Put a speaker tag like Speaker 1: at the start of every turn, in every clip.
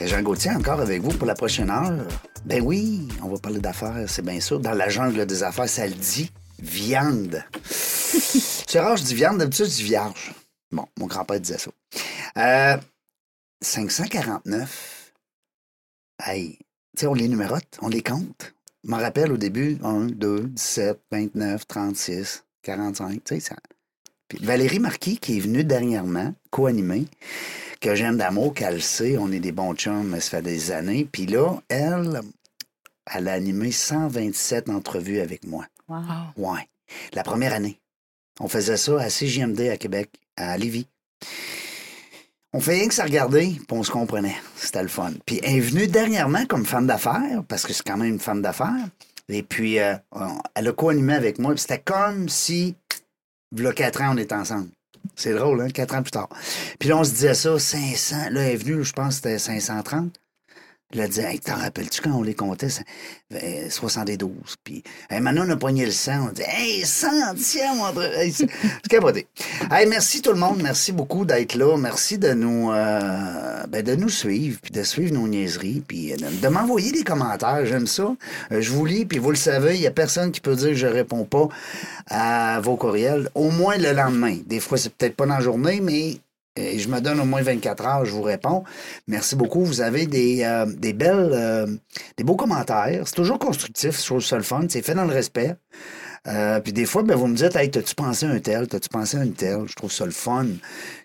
Speaker 1: Jean Gauthier encore avec vous pour la prochaine heure. Ben oui, on va parler d'affaires, c'est bien sûr. Dans la jungle des affaires, ça le dit, viande. c'est rare, je dis viande, d'habitude, je dis vierge. Bon, mon grand-père disait ça. Euh, 549. Hey, tu sais, on les numérote, on les compte. Je m'en rappelle au début, 1, 2, 17, 29, 36, 45, tu sais, ça... Puis Valérie Marquis, qui est venue dernièrement, co-animée, que j'aime d'amour, qu'elle le sait, on est des bons chums, mais ça fait des années. Puis là, elle, elle a animé 127 entrevues avec moi.
Speaker 2: Wow.
Speaker 1: Ouais. La première année. On faisait ça à CJMD à Québec, à Lévis. On fait rien que ça regarder, puis on se comprenait. C'était le fun. Puis elle est venue dernièrement comme femme d'affaires, parce que c'est quand même une femme d'affaires. Et puis, euh, on- elle a co-animé avec moi. puis C'était comme si, voilà quatre ans, on était ensemble. C'est drôle, hein, quatre ans plus tard. Puis là, on se disait ça, 500. Là, elle est venue, je pense que c'était 530. Elle a dit, hey, t'en rappelles-tu quand on les comptait? ça- euh, 72. Puis hey, maintenant, on a poigné le 100. On dit, hey, centième! Entre... Hey, c'est c'est capoté. Hey, merci tout le monde. Merci beaucoup d'être là. Merci de nous, euh, ben, de nous suivre, puis de suivre nos niaiseries, puis euh, de, de m'envoyer des commentaires. J'aime ça. Euh, je vous lis, puis vous le savez, il n'y a personne qui peut dire que je réponds pas à vos courriels, au moins le lendemain. Des fois, c'est peut-être pas dans la journée, mais et je me donne au moins 24 heures, je vous réponds. Merci beaucoup. Vous avez des, euh, des belles, euh, des beaux commentaires. C'est toujours constructif, je trouve ça le fun. C'est fait dans le respect. Euh, puis des fois, ben, vous me dites, hey, t'as-tu pensé à un tel? T'as-tu pensé à une telle? Je trouve ça le fun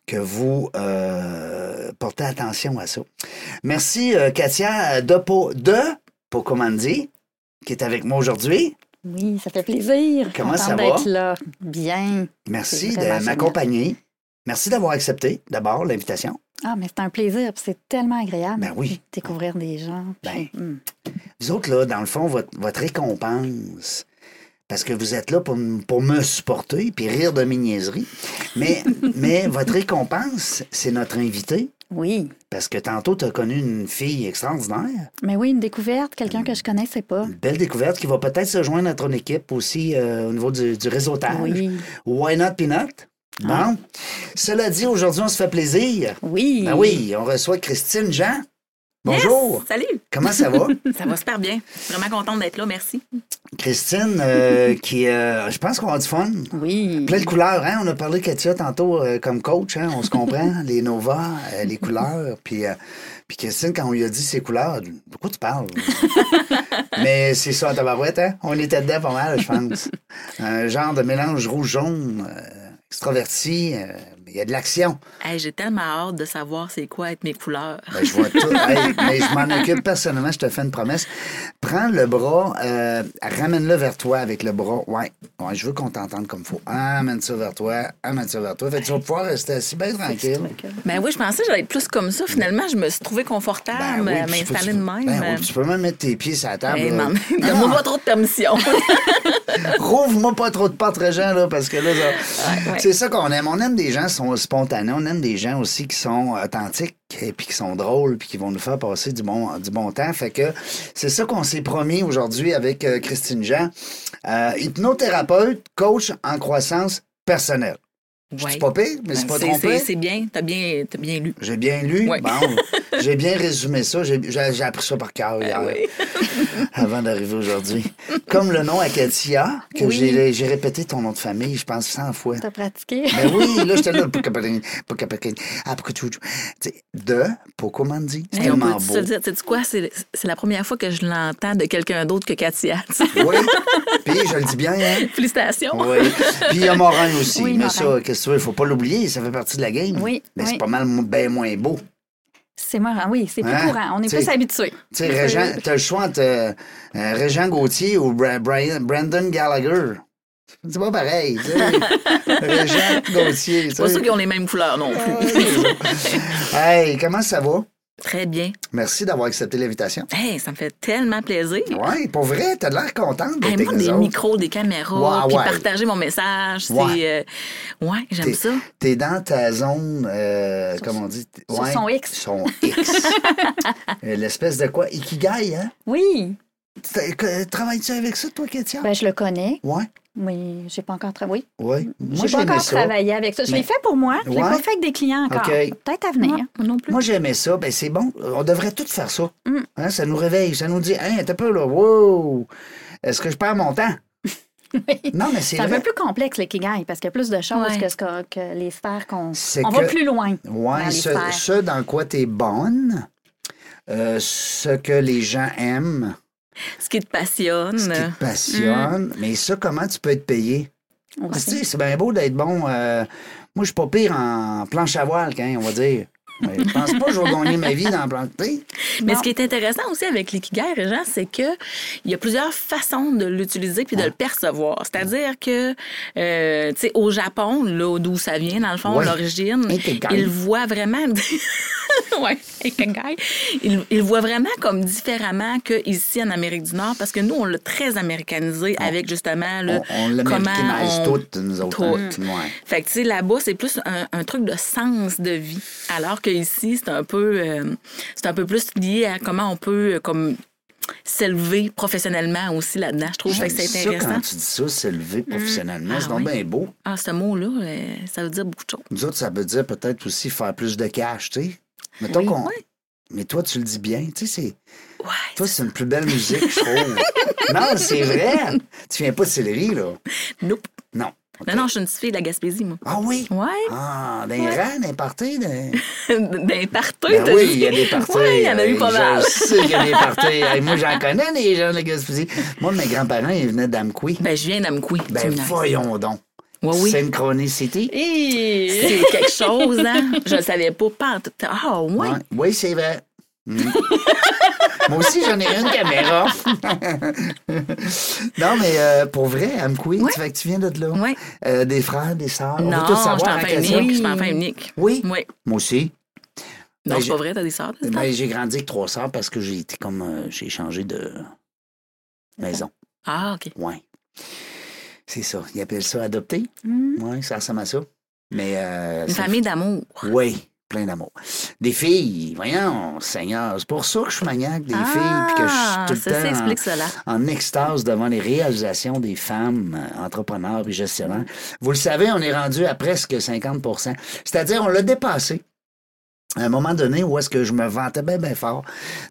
Speaker 1: que vous euh, portez attention à ça. Merci, euh, Katia de, Po- de Pocomandi, qui est avec moi aujourd'hui.
Speaker 2: Oui, ça fait plaisir.
Speaker 1: Comment ça
Speaker 2: Contente
Speaker 1: va?
Speaker 2: d'être là. Bien.
Speaker 1: Merci
Speaker 2: C'est vraiment
Speaker 1: de m'accompagner. Merci d'avoir accepté, d'abord, l'invitation.
Speaker 2: Ah, mais c'est un plaisir. puis C'est tellement agréable.
Speaker 1: Ben oui. Ben.
Speaker 2: de Découvrir des gens. puis- Hmm.
Speaker 1: Vous autres, là, dans le fond, votre, votre récompense, parce que vous êtes là pour, m- pour me supporter puis rire de mes niaiseries, mais, mais votre récompense, c'est notre invité,
Speaker 2: Oui.
Speaker 1: parce que tantôt, tu as connu une fille extraordinaire,
Speaker 2: Mais oui, une découverte, quelqu'un que je connaissais pas.
Speaker 1: une belle découverte qui va peut-être se joindre à ton équipe aussi euh, au niveau du, du réseautage.
Speaker 2: Oui. Ah.
Speaker 1: Why not Peanut? Bon. Cela dit, aujourd'hui, on se fait plaisir.
Speaker 2: Oui.
Speaker 1: Ben oui, on reçoit Christine Jean. Bonjour.
Speaker 3: Yes! Salut!
Speaker 1: Comment ça va?
Speaker 3: Ça va super bien. Vraiment contente d'être là, merci.
Speaker 1: Christine, euh, qui, euh, je pense qu'on a du fun.
Speaker 2: Oui.
Speaker 1: Plein de couleurs, hein? On a parlé, Katia, tantôt, euh, comme coach, hein? On se comprend, les Nova, euh, les couleurs. Puis, euh, puis Christine, quand on lui a dit ses couleurs, elle dit, de quoi tu parles? Mais c'est ça, en tabarouette, hein? On était dedans pas mal, je pense. Un genre de mélange rouge-jaune, euh, extraverti. euh, Il y a de l'action.
Speaker 3: Hey, J'ai tellement hâte de savoir c'est quoi être mes couleurs.
Speaker 1: Ben, je vois tout. Hey, mais je m'en occupe personnellement, je te fais une promesse. Prends le bras, euh, ramène-le vers toi avec le bras. Ouais, ouais je veux qu'on t'entende comme il faut. Amène ça vers toi, amène ça vers toi. Fait que tu vas pouvoir rester assis bien tranquille.
Speaker 3: Ben oui, je pensais que j'allais être plus comme ça. Finalement, je me suis trouvée confortable
Speaker 1: Ben oui,
Speaker 3: à
Speaker 1: puis tu peux-
Speaker 3: m'installer
Speaker 1: tu-
Speaker 3: de même. Ben,
Speaker 1: ben oui, puis tu peux même mettre tes pieds sur la table.
Speaker 3: Hey, man,
Speaker 1: Ah,
Speaker 3: Donne-moi
Speaker 1: non,
Speaker 3: pas trop de permission.
Speaker 1: Rouvre-moi pas trop de portes, Régent, là, parce que là, ça-
Speaker 3: Ouais, ouais.
Speaker 1: c'est ça qu'on aime. On aime des gens qui sont spontanés, on aime des gens aussi qui sont authentiques, et puis qui sont drôles, puis qui vont nous faire passer du bon, du bon temps. Fait que c'est ça qu'on s'est promis aujourd'hui avec euh, Christine Jean, Euh, hypnothérapeute, coach en croissance personnelle. Je
Speaker 3: Ouais.
Speaker 1: suis pas pire, mais c'est pas
Speaker 3: C'est- c'est-
Speaker 1: trompé.
Speaker 3: C'est bien, t'as bien, t'as bien lu.
Speaker 1: J'ai bien lu,
Speaker 3: Ouais.
Speaker 1: bon, j'ai bien résumé ça, j'ai j'ai- j'ai appris ça par cœur hier,
Speaker 3: Ben oui.
Speaker 1: avant d'arriver aujourd'hui. Comme le nom à Katia, que
Speaker 2: Oui.
Speaker 1: j'ai j'ai répété ton nom de famille, je pense 100 fois.
Speaker 2: T'as pratiqué?
Speaker 1: Ben oui, là, j'étais là, Pukapakin, Pukapakin, ah, Pukachuchu. Tu sais, De Pokomandi. C'est
Speaker 3: Hey, on
Speaker 1: tellement
Speaker 3: peut
Speaker 1: beau.
Speaker 3: se le dire, tu sais quoi, c'est c'est la première fois que je l'entends de quelqu'un d'autre que Katia. tu sais.
Speaker 1: Oui, puis je le dis bien, hein?
Speaker 3: Félicitations.
Speaker 1: Oui. Puis il y a Morin aussi.
Speaker 2: Oui,
Speaker 1: mais
Speaker 2: Morin.
Speaker 1: ça, qu'est-ce que tu veux, il faut pas l'oublier, ça fait partie de la game.
Speaker 2: Oui,
Speaker 1: Mais c'est
Speaker 2: oui.
Speaker 1: pas mal, bien moins beau.
Speaker 2: C'est marrant. Oui, c'est plus
Speaker 1: Hein?
Speaker 2: courant. On est
Speaker 1: Tu
Speaker 2: plus
Speaker 1: sais-
Speaker 2: habitués.
Speaker 1: Tu sais, Régent- t'as le choix entre euh, euh, Régent Gauthier ou Bra- Brian- Brandon Gallagher. C'est pas pareil, tu sais. Régent Gauthier, tu
Speaker 3: Pas sûr
Speaker 1: sais.
Speaker 3: qu'ils ont les mêmes couleurs non plus.
Speaker 1: Hey, comment ça va?
Speaker 3: Très bien.
Speaker 1: Merci d'avoir accepté l'invitation.
Speaker 3: Hey, ça me fait tellement plaisir.
Speaker 1: Oui, pour vrai, t'as l'air contente d'être
Speaker 3: Hey,
Speaker 1: avec
Speaker 3: Ben, moi,
Speaker 1: nous
Speaker 3: des
Speaker 1: autres.
Speaker 3: micros, des caméras,
Speaker 1: Ouais,
Speaker 3: puis
Speaker 1: ouais.
Speaker 3: partager mon message,
Speaker 1: Ouais.
Speaker 3: c'est... euh, ouais, j'aime
Speaker 1: T'es-
Speaker 3: ça.
Speaker 1: T'es dans ta zone, euh, comment on dit? t-
Speaker 2: sur son X.
Speaker 1: Son X. Euh, L'espèce de quoi? Ikigai, hein?
Speaker 2: Oui.
Speaker 1: T'as- que- Travailles-tu avec ça, toi, Kétia?
Speaker 2: Ben, je le connais,
Speaker 1: Ouais,
Speaker 2: mais j'ai pas encore travaillé.
Speaker 1: ouais.
Speaker 2: J'ai
Speaker 1: Moi,
Speaker 2: pas
Speaker 1: j'aimais
Speaker 2: encore
Speaker 1: ça.
Speaker 2: travaillé avec ça. Je
Speaker 1: Mais-
Speaker 2: l'ai fait pour moi. Je l'ai
Speaker 1: Ouais.
Speaker 2: pas fait avec des clients encore.
Speaker 1: OK.
Speaker 2: Peut-être à venir.
Speaker 3: Ouais, hein, moi non plus.
Speaker 1: Moi, j'aimais ça. Ben, c'est bon. On devrait tous faire ça.
Speaker 2: Mm.
Speaker 1: Hein, ça nous réveille. Ça nous dit, hein, t'as peu, là. Wow! Est-ce que je perds mon temps? Non, mais c'est
Speaker 2: C'est un
Speaker 1: vrai.
Speaker 2: peu plus complexe, les Kigai, parce qu'il y a plus de choses
Speaker 3: Ouais.
Speaker 2: que, ce qu'on- que les sphères qu'on.
Speaker 1: C'est
Speaker 2: On
Speaker 1: que-
Speaker 2: va plus loin. dans
Speaker 1: Ouais,
Speaker 2: les
Speaker 1: ce,
Speaker 2: sphères.
Speaker 1: ce dans quoi t'es bonne, euh, ce que les gens aiment,
Speaker 3: Ce qui te passionne.
Speaker 1: ce
Speaker 2: Mm.
Speaker 1: qui te passionne, mais ça, comment tu peux être payé?
Speaker 2: aussi.
Speaker 1: Parce que, tu sais, c'est bien beau d'être bon. euh, moi, je suis pas pire en planche à voile, quand, on va dire. Mais je pense pas que je vais gagner ma vie dans la planche. tu sais.
Speaker 3: Mais
Speaker 2: Non.
Speaker 3: ce qui est intéressant aussi avec l'ikigai, Régent, c'est que il y a plusieurs façons de l'utiliser puis de le percevoir. C'est-à-dire que, euh, tu sais, au Japon, là d'où ça vient, dans le fond,
Speaker 1: Ouais.
Speaker 3: l'origine,
Speaker 1: Ikigai.
Speaker 3: ils voient vraiment... ouais, ikigai. Ils, ils voient vraiment comme différemment qu'ici en Amérique du Nord, parce que nous, on l'a très américanisé avec, justement, le,
Speaker 1: On, on l'américanise
Speaker 3: on-
Speaker 1: toutes, nous autres. hein.
Speaker 3: toutes.
Speaker 1: Ouais.
Speaker 3: fait que, tu sais, là-bas, c'est plus un, un truc de sens de vie. Alors qu'ici, c'est un peu, euh, c'est un peu plus lié à comment on peut, euh, comme, s'élever professionnellement aussi là-dedans. Je trouve Fait que
Speaker 1: J'aime
Speaker 3: c'est
Speaker 1: ça
Speaker 3: intéressant.
Speaker 1: quand tu dis ça, s'élever professionnellement.
Speaker 3: Ah
Speaker 1: c'est donc
Speaker 3: oui.
Speaker 1: bien beau.
Speaker 3: Ah, ce mot-là, euh, ça veut dire beaucoup de choses.
Speaker 1: Nous autres, ça veut dire peut-être aussi faire plus de cash, tu sais. Mettons qu'on-
Speaker 3: oui.
Speaker 1: Mais toi, tu le dis bien. Tu sais, c'est...
Speaker 3: Ouais.
Speaker 1: Toi, c'est une plus belle musique, je trouve. non, c'est vrai. Tu viens pas de Sillery, là.
Speaker 3: Nope.
Speaker 1: Non. OK.
Speaker 3: Non, non, je suis une petite fille de la Gaspésie, moi.
Speaker 1: Ah oui?
Speaker 3: Ouais.
Speaker 1: Ah, d'un rang, d'un party, d'un...
Speaker 3: D'un partout.
Speaker 1: Ben oui, il y a des parties. euh,
Speaker 3: Ouais, il y en a eu pas
Speaker 1: Je
Speaker 3: mal.
Speaker 1: sais qu'il y a des parties. Hey, moi, j'en connais des gens de la Gaspésie. Moi, mes grands-parents, ils venaient d'Amqui.
Speaker 3: Ben, je viens d'Amkoui.
Speaker 1: Ben, voyons donc.
Speaker 3: Ouais, Bah oui.
Speaker 1: Synchronicity.
Speaker 2: Et...
Speaker 3: C'est quelque chose, hein? Je le savais pas. pas en tout- Ah,
Speaker 1: Ouais.
Speaker 3: ouais.
Speaker 1: Oui, c'est vrai. Mm. Moi aussi, j'en ai une caméra. non, mais euh, pour vrai, Amqui,
Speaker 3: Ouais.
Speaker 1: tu, fait que tu viens de là.
Speaker 3: Ouais.
Speaker 1: Euh, des frères, des sœurs. On
Speaker 3: Non,
Speaker 1: veut
Speaker 3: je
Speaker 1: tout
Speaker 3: suis
Speaker 1: savoir. hein,
Speaker 3: enfin
Speaker 1: Katia?
Speaker 3: unique. Je suis enfin unique.
Speaker 1: Oui.
Speaker 3: Oui.
Speaker 1: Moi aussi. Ben,
Speaker 3: Non, c'est
Speaker 1: j'ai-
Speaker 3: pas vrai, t'as des sœurs. t'as des
Speaker 1: Ben, j'ai grandi avec trois sœurs parce que j'ai été comme. euh, j'ai changé de maison.
Speaker 3: Ah, OK.
Speaker 1: Oui. C'est ça. Ils appellent ça adopter.
Speaker 2: Hmm.
Speaker 1: Oui, ça ressemble à ça. Mais. euh,
Speaker 3: Une
Speaker 1: ça-
Speaker 3: famille d'amour.
Speaker 1: Oui, plein d'amour. Des filles, voyons, Seigneur. C'est pour ça que je suis maniaque des filles puis que je suis tout
Speaker 3: Ah, ça, ça
Speaker 1: le temps. en-
Speaker 3: explique cela.
Speaker 1: en extase devant les réalisations des femmes euh, entrepreneurs et gestionnaires. Vous le savez, on est rendu à presque 50 C'est-à-dire, on l'a dépassé. À un moment donné, où est-ce que je me vantais bien, bien fort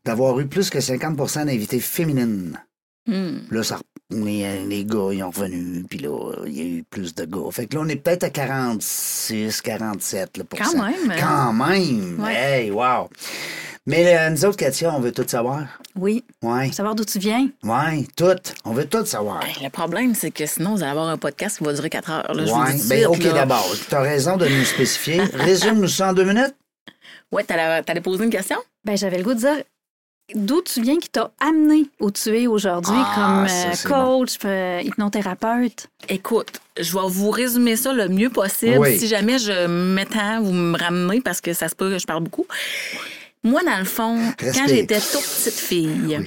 Speaker 1: d'avoir eu plus que 50 d'invités féminines.
Speaker 3: Hmm.
Speaker 1: Là, ça, les, euh, les gars, ils ont revenu, puis là, il y a eu plus de gars. Fait que là, on est peut-être à 46, 47 là,
Speaker 3: Quand même. hein?
Speaker 1: Quand même!
Speaker 3: Ouais.
Speaker 1: Hey, wow! Mais euh, nous autres, Katia, on veut tout savoir.
Speaker 2: Oui.
Speaker 1: Ouais,
Speaker 2: Faut savoir d'où tu viens.
Speaker 1: ouais, tout. On veut tout savoir.
Speaker 3: Hey, Ben, le problème, c'est que sinon, vous allez avoir un podcast qui va durer 4 heures. Là, je vous
Speaker 1: Ouais,
Speaker 3: le dis tout de
Speaker 1: ben,
Speaker 3: suite,
Speaker 1: OK,
Speaker 3: là.
Speaker 1: d'abord, tu as raison de nous spécifier. Résume-nous ça en deux minutes.
Speaker 3: Ouais, t'allais t'allais poser une question?
Speaker 2: Ben, j'avais le goût de dire d'où tu viens qui t'a amené où tu es aujourd'hui
Speaker 1: Ah,
Speaker 2: comme
Speaker 1: ça,
Speaker 2: euh,
Speaker 1: c'est
Speaker 2: coach, euh, hypnothérapeute.
Speaker 3: Écoute, je vais vous résumer ça le mieux possible.
Speaker 1: Oui.
Speaker 3: Si jamais je m'étends, vous me ramenez parce que ça se peut que je parle beaucoup. Moi, dans le fond,
Speaker 1: Respect.
Speaker 3: quand j'étais toute petite fille,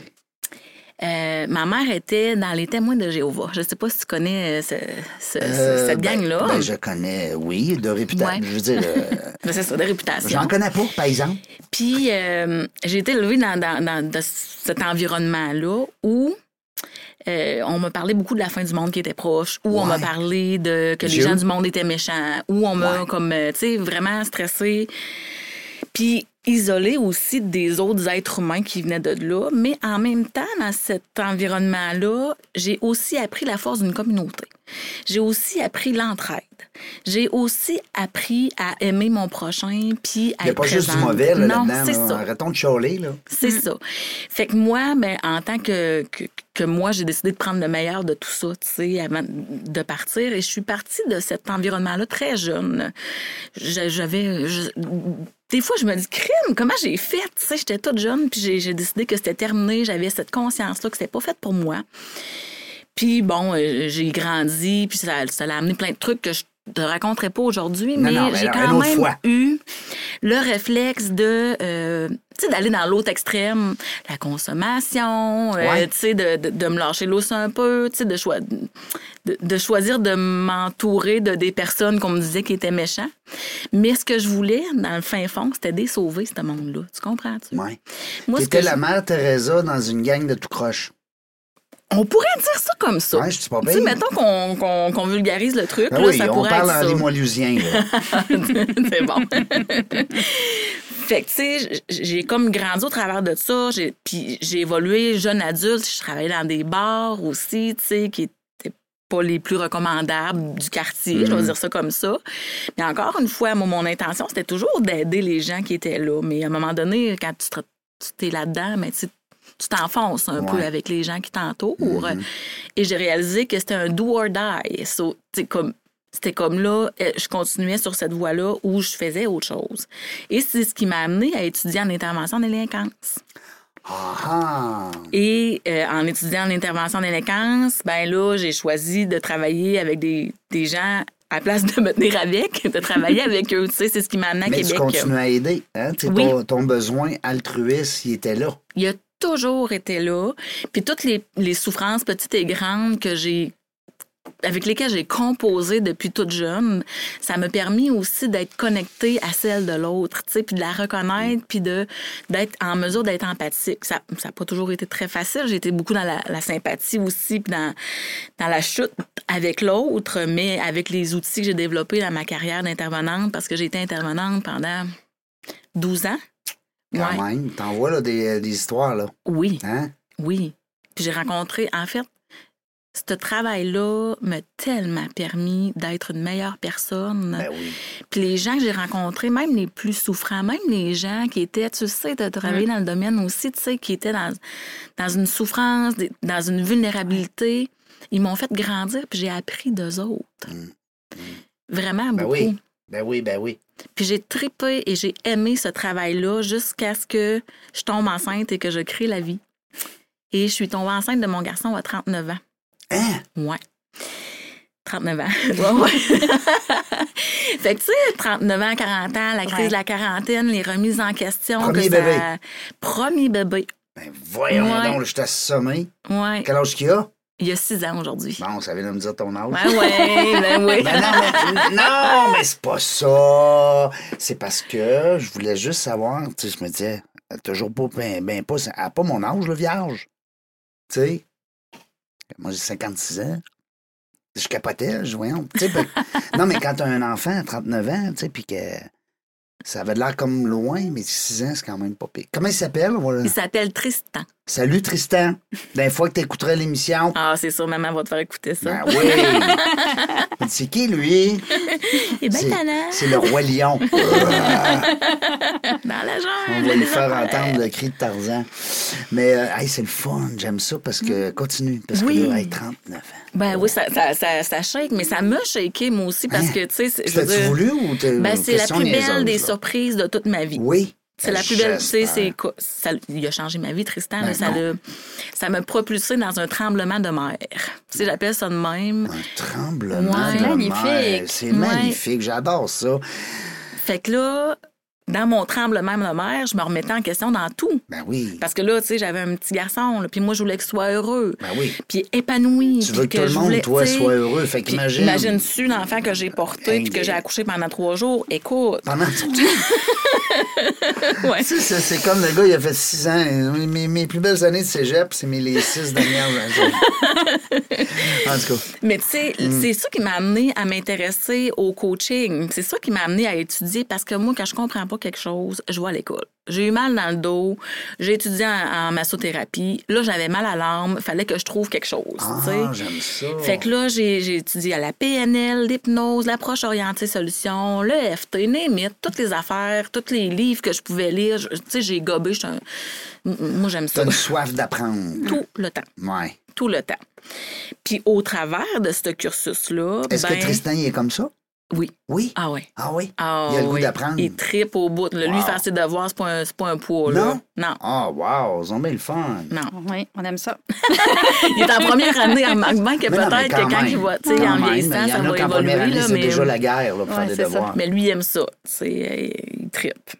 Speaker 3: euh, ma mère était dans les témoins de Jéhovah. Je sais pas si tu connais euh, ce- ce- ce-
Speaker 1: Euh,
Speaker 3: cette
Speaker 1: ben-
Speaker 3: gang-là.
Speaker 1: ben, je connais, oui, de réputation.
Speaker 3: Ouais.
Speaker 1: Je veux dire, euh,
Speaker 3: Mais c'est ça, de réputation.
Speaker 1: j'en connais pas, par exemple.
Speaker 3: Puis euh, j'ai été élevée dans, dans- dans- de cet environnement-là où euh, on me parlait beaucoup de la fin du monde qui était proche, où on
Speaker 1: Ouais.
Speaker 3: m'a parlé de que les
Speaker 1: Dieu.
Speaker 3: gens du monde étaient méchants, où on m'a
Speaker 1: Ouais.
Speaker 3: comme euh, tu sais vraiment stressée. Puis isolée aussi des autres êtres humains qui venaient de là, mais en même temps dans cet environnement-là, j'ai aussi appris la force d'une communauté. J'ai aussi appris l'entraide. J'ai aussi appris à aimer mon prochain, puis
Speaker 1: Il
Speaker 3: à
Speaker 1: n'y a
Speaker 3: être
Speaker 1: pas juste du
Speaker 3: présente.
Speaker 1: mauvais là,
Speaker 3: Non,
Speaker 1: là-dedans.
Speaker 3: c'est
Speaker 1: là.
Speaker 3: ça.
Speaker 1: Arrêtons de chialer, là.
Speaker 3: C'est ça. Fait que moi, ben, en tant que, que, que moi, j'ai décidé de prendre le meilleur de tout ça, tu sais, avant de partir. Et je suis partie de cet environnement-là très jeune. Je- J'avais. je- Des fois, je me dis, crime, comment j'ai fait? Tu sais, j'étais toute jeune, puis j'ai- j'ai décidé que c'était terminé. J'avais cette conscience-là que c'était pas fait pour moi. Puis bon, euh, j'ai grandi, puis ça ça l'a amené plein de trucs que je te raconterai pas aujourd'hui,
Speaker 1: Non,
Speaker 3: mais
Speaker 1: non, mais
Speaker 3: j'ai
Speaker 1: non, une
Speaker 3: quand
Speaker 1: autre
Speaker 3: même
Speaker 1: fois.
Speaker 3: eu le réflexe de, euh, tu sais, d'aller dans l'autre extrême, la consommation, euh,
Speaker 1: Ouais.
Speaker 3: tu sais, de, de, de me lâcher l'os un peu, tu sais, de, choi- de, de choisir de m'entourer de des personnes qu'on me disait qui étaient méchants. Mais ce que je voulais, dans le fin fond, c'était des sauver ce monde-là. Tu comprends-tu?
Speaker 1: Ouais.
Speaker 3: Moi, ce
Speaker 1: T'étais
Speaker 3: que
Speaker 1: la
Speaker 3: je-
Speaker 1: mère Teresa dans une gang de tout croche.
Speaker 3: On pourrait dire ça comme ça.
Speaker 1: Ouais, je suis pas
Speaker 3: Tu sais,
Speaker 1: pire.
Speaker 3: mettons qu'on qu'on- qu'on vulgarise le truc,
Speaker 1: Ben
Speaker 3: là,
Speaker 1: oui,
Speaker 3: ça
Speaker 1: on
Speaker 3: pourrait
Speaker 1: parle
Speaker 3: être ça.
Speaker 1: Henri Moilusien. là.
Speaker 3: c'est bon. fait que, tu sais, j- j'ai comme grandi au travers de ça. J'ai- Puis j'ai évolué jeune adulte. Je travaillais dans des bars aussi, tu sais, qui étaient pas les plus recommandables du quartier, je vais dire ça comme ça. Mais encore une fois, moi, mon intention, c'était toujours d'aider les gens qui étaient là. Mais à un moment donné, quand tu te- tu es là-dedans, mais tu sais, tu t'enfonces un peu
Speaker 1: Ouais.
Speaker 3: avec les gens qui t'entourent. Et j'ai réalisé que c'était un do or die. So, tu sais, comme, c'était comme là, euh, je continuais sur cette voie-là où je faisais autre chose. Et c'est ce qui m'a amené à étudier en intervention en délinquance.
Speaker 1: ah ah.
Speaker 3: Et euh, en étudiant en intervention en délinquance, ben là, j'ai choisi de travailler avec des, des gens à place de me tenir avec, de travailler avec eux. Tu sais, c'est ce qui m'a amené à
Speaker 1: Mais
Speaker 3: Québec.
Speaker 1: tu continues à aider. Hein? Tu sais,
Speaker 3: Oui.
Speaker 1: Ton, ton besoin altruiste, il était là.
Speaker 3: Il a toujours été là. Puis toutes les, les souffrances petites et grandes que j'ai avec lesquelles j'ai composé depuis toute jeune, ça m'a permis aussi d'être connectée à celle de l'autre, tu sais, puis de la reconnaître, puis de d'être en mesure d'être empathique. Ça n'a pas toujours été très facile. J'ai été beaucoup dans la, la sympathie aussi, puis dans, dans la chute avec l'autre, mais avec les outils que j'ai développés dans ma carrière d'intervenante, parce que j'ai été intervenante pendant 12 ans.
Speaker 1: Quand
Speaker 3: Ouais.
Speaker 1: même. T'en vois là, des, des histoires. là.
Speaker 3: Oui.
Speaker 1: Hein?
Speaker 3: Oui. Puis j'ai rencontré, en fait, ce travail-là m'a tellement permis d'être une meilleure personne.
Speaker 1: Ben oui.
Speaker 3: Puis les gens que j'ai rencontrés, même les plus souffrants, même les gens qui étaient, tu sais, tu as
Speaker 1: Mm.
Speaker 3: travaillé dans le domaine aussi, tu sais, qui étaient dans, dans une souffrance, des- dans une vulnérabilité, ils m'ont fait grandir, puis j'ai appris d'eux autres. Vraiment
Speaker 1: Mm. Ben
Speaker 3: beaucoup.
Speaker 1: oui. Ben oui, ben oui.
Speaker 3: Puis j'ai tripé et j'ai aimé ce travail-là jusqu'à ce que je tombe enceinte et que je crée la vie. Et je suis tombée enceinte de mon garçon à 39 ans.
Speaker 1: Hein?
Speaker 3: Ouais. 39 ans. Ouais, ouais. fait que tu sais, 39 ans, 40 ans, la crise
Speaker 2: Ouais.
Speaker 3: de la quarantaine, les remises en question.
Speaker 1: Premier
Speaker 3: que ça-
Speaker 1: bébé.
Speaker 3: Premier bébé.
Speaker 1: Ben voyons
Speaker 3: Ouais.
Speaker 1: donc, je t'ai assommé.
Speaker 3: Ouais.
Speaker 1: Quel âge qu'il a?
Speaker 3: Il y a 6 ans aujourd'hui.
Speaker 1: Bon, ça vient de me dire ton âge.
Speaker 3: Ouais, ouais, ben oui.
Speaker 1: Ben non, mais, non, mais c'est pas ça. C'est parce que je voulais juste savoir. Tu sais, je me disais, elle a toujours pas, ben, ben pas, elle a pas mon âge, le vierge. Tu sais, moi j'ai 56 ans. Je capotais, je voyons. Tu sais, ben, non, mais quand t'as un enfant à 39 ans, tu sais, puis que ça avait l'air comme loin, mais 6 ans, c'est quand même pas pire. Comment il s'appelle? Voilà.
Speaker 3: Il s'appelle Tristan.
Speaker 1: Salut Tristan. D'un fois que t'écouterais l'émission.
Speaker 3: Ah, c'est sûr, maman va te faire écouter ça.
Speaker 1: Ben oui! C'est qui, lui?
Speaker 3: Et ben,
Speaker 1: C'est-
Speaker 3: talent,
Speaker 1: C'est le roi lion.
Speaker 3: dans la jungle.
Speaker 1: On va lui faire entendre le cri de Tarzan. Mais euh, hey, c'est le fun, j'aime ça parce que continue. Parce
Speaker 3: Mm. Oui.
Speaker 1: que là, hey, 39 ans.
Speaker 3: Ben oui, ça, ça, ça, ça shake, mais ça m'a shaké, moi aussi, parce que, tu sais, c'est- je veux
Speaker 1: T'as-tu
Speaker 3: dire,
Speaker 1: voulu ou t'as
Speaker 3: ben, c'est la
Speaker 1: question
Speaker 3: plus
Speaker 1: niaiseuse,
Speaker 3: belle des
Speaker 1: là?
Speaker 3: surprises de toute ma vie.
Speaker 1: Oui.
Speaker 3: C'est la plus belle, tu sais, c'est quoi? Ça, il a changé ma vie, Tristan.
Speaker 1: Ben
Speaker 3: là, ça
Speaker 1: non.
Speaker 3: l'a- ça m'a propulsé dans un tremblement de mer. Tu sais, j'appelle ça de même.
Speaker 1: Un tremblement
Speaker 3: Ouais.
Speaker 1: de
Speaker 2: Magnifique.
Speaker 1: mer. C'est
Speaker 3: Ouais.
Speaker 1: magnifique. J'adore ça.
Speaker 3: Fait que là, dans mon tremblement de mer, je me remettais en question dans tout.
Speaker 1: Ben oui.
Speaker 3: Parce que là, tu sais, j'avais un petit garçon, là, puis moi, je voulais qu'il soit heureux,
Speaker 1: Ben oui.
Speaker 3: puis épanoui.
Speaker 1: Tu
Speaker 3: puis
Speaker 1: veux que tout
Speaker 3: je
Speaker 1: le monde,
Speaker 3: voulais,
Speaker 1: toi,
Speaker 3: tu sais,
Speaker 1: soit heureux. Fait
Speaker 3: Puis
Speaker 1: qu'imagine.
Speaker 3: Imagine-tu l'enfant que j'ai porté puis que j'ai accouché pendant trois jours. Écoute,
Speaker 1: Pendant tout.
Speaker 3: ouais.
Speaker 1: Tu sais, c'est- c'est comme le gars, il a fait 6 ans. Mes- Mes, mes plus belles années de cégep, c'est mes les 6 dernières années. en tout cas.
Speaker 3: mais tu sais,
Speaker 1: Mm.
Speaker 3: c'est ça qui m'a amené à m'intéresser au coaching. C'est ça qui m'a amené à étudier parce que moi, quand je comprends pas quelque chose, je vais à l'école. J'ai eu mal dans le dos, j'ai étudié en, en massothérapie. Là, j'avais mal à l'âme, fallait que je trouve quelque chose. tu sais.
Speaker 1: Ah, j'aime ça.
Speaker 3: Fait que là, j'ai j'ai étudié à la PNL, l'hypnose, l'approche orientée solution, le FT, NEMIT, toutes les affaires, tous les livres que je pouvais lire. Je- Tu sais, j'ai gobé. j'étais un- M- Moi, j'aime ça.
Speaker 1: T'as une soif d'apprendre.
Speaker 3: Tout le temps.
Speaker 1: Ouais.
Speaker 3: Tout le temps. Puis au travers de ce cursus-là,
Speaker 1: Est-ce
Speaker 3: ben,
Speaker 1: que Tristan, il est comme ça?
Speaker 3: Oui.
Speaker 1: Oui?
Speaker 3: Ah oui.
Speaker 1: Ah oui?
Speaker 3: Ah,
Speaker 1: Il a le goût
Speaker 3: oui.
Speaker 1: d'apprendre.
Speaker 3: Il tripe au bout. Là, Lui,
Speaker 1: Wow.
Speaker 3: faire ses devoirs, c'est pas, un- c'est pas un poids. là. Non.
Speaker 1: Ah, wow, ils ont bien le fun.
Speaker 3: Non.
Speaker 2: Oui, on aime ça.
Speaker 3: Il est en première année, remarque bien que
Speaker 1: Mais non, mais
Speaker 3: peut-être que quand
Speaker 1: même.
Speaker 3: il va, tu sais,
Speaker 1: Quand
Speaker 3: en
Speaker 1: même,
Speaker 3: vieillissant,
Speaker 1: il y
Speaker 3: ça
Speaker 1: en a
Speaker 3: va
Speaker 1: qu'en première
Speaker 3: évoluer,
Speaker 1: année,
Speaker 3: là,
Speaker 1: c'est
Speaker 3: mais, euh,
Speaker 1: déjà la guerre là, pour
Speaker 2: Ouais,
Speaker 1: faire des
Speaker 2: c'est ça.
Speaker 1: devoirs.
Speaker 3: mais lui, il aime ça. Tu sais, euh, il tripe.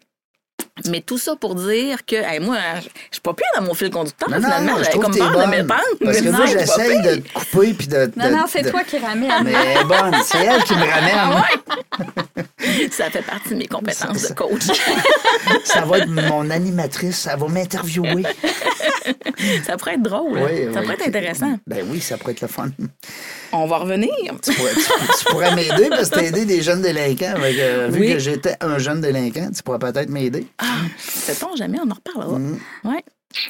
Speaker 3: Mais tout ça pour dire que, hey, moi, je je suis pas pire dans mon fil conducteur,
Speaker 1: Non, non,
Speaker 3: finalement.
Speaker 1: non, je
Speaker 3: J'avais
Speaker 1: trouve
Speaker 3: comme
Speaker 1: que t'es
Speaker 3: peur de mes
Speaker 1: bonne.
Speaker 3: pentes.
Speaker 1: Parce que
Speaker 3: mais
Speaker 1: moi,
Speaker 3: non, je suis pas
Speaker 1: j'essaye
Speaker 3: pire.
Speaker 1: de te couper puis de...
Speaker 2: Non,
Speaker 1: de-
Speaker 2: non, c'est
Speaker 1: de-
Speaker 2: toi qui ramène.
Speaker 1: Mais elle est bonne, c'est elle qui me
Speaker 3: Ah
Speaker 1: ramène.
Speaker 3: Ça fait partie de mes compétences de coach.
Speaker 1: Ça va être mon animatrice, elle va m'interviewer.
Speaker 3: ça pourrait être drôle.
Speaker 1: Oui,
Speaker 3: ça
Speaker 1: oui.
Speaker 3: pourrait être intéressant.
Speaker 1: Ben oui, ça pourrait être le fun. Tu
Speaker 3: On va revenir.
Speaker 1: pourrais, tu- tu pourrais m'aider parce que t'as aidé des jeunes délinquants. Fait que, vu
Speaker 3: Oui.
Speaker 1: que j'étais un jeune délinquant, tu pourrais peut-être m'aider.
Speaker 3: Ah, sait-on jamais, on en reparlera. Ouais.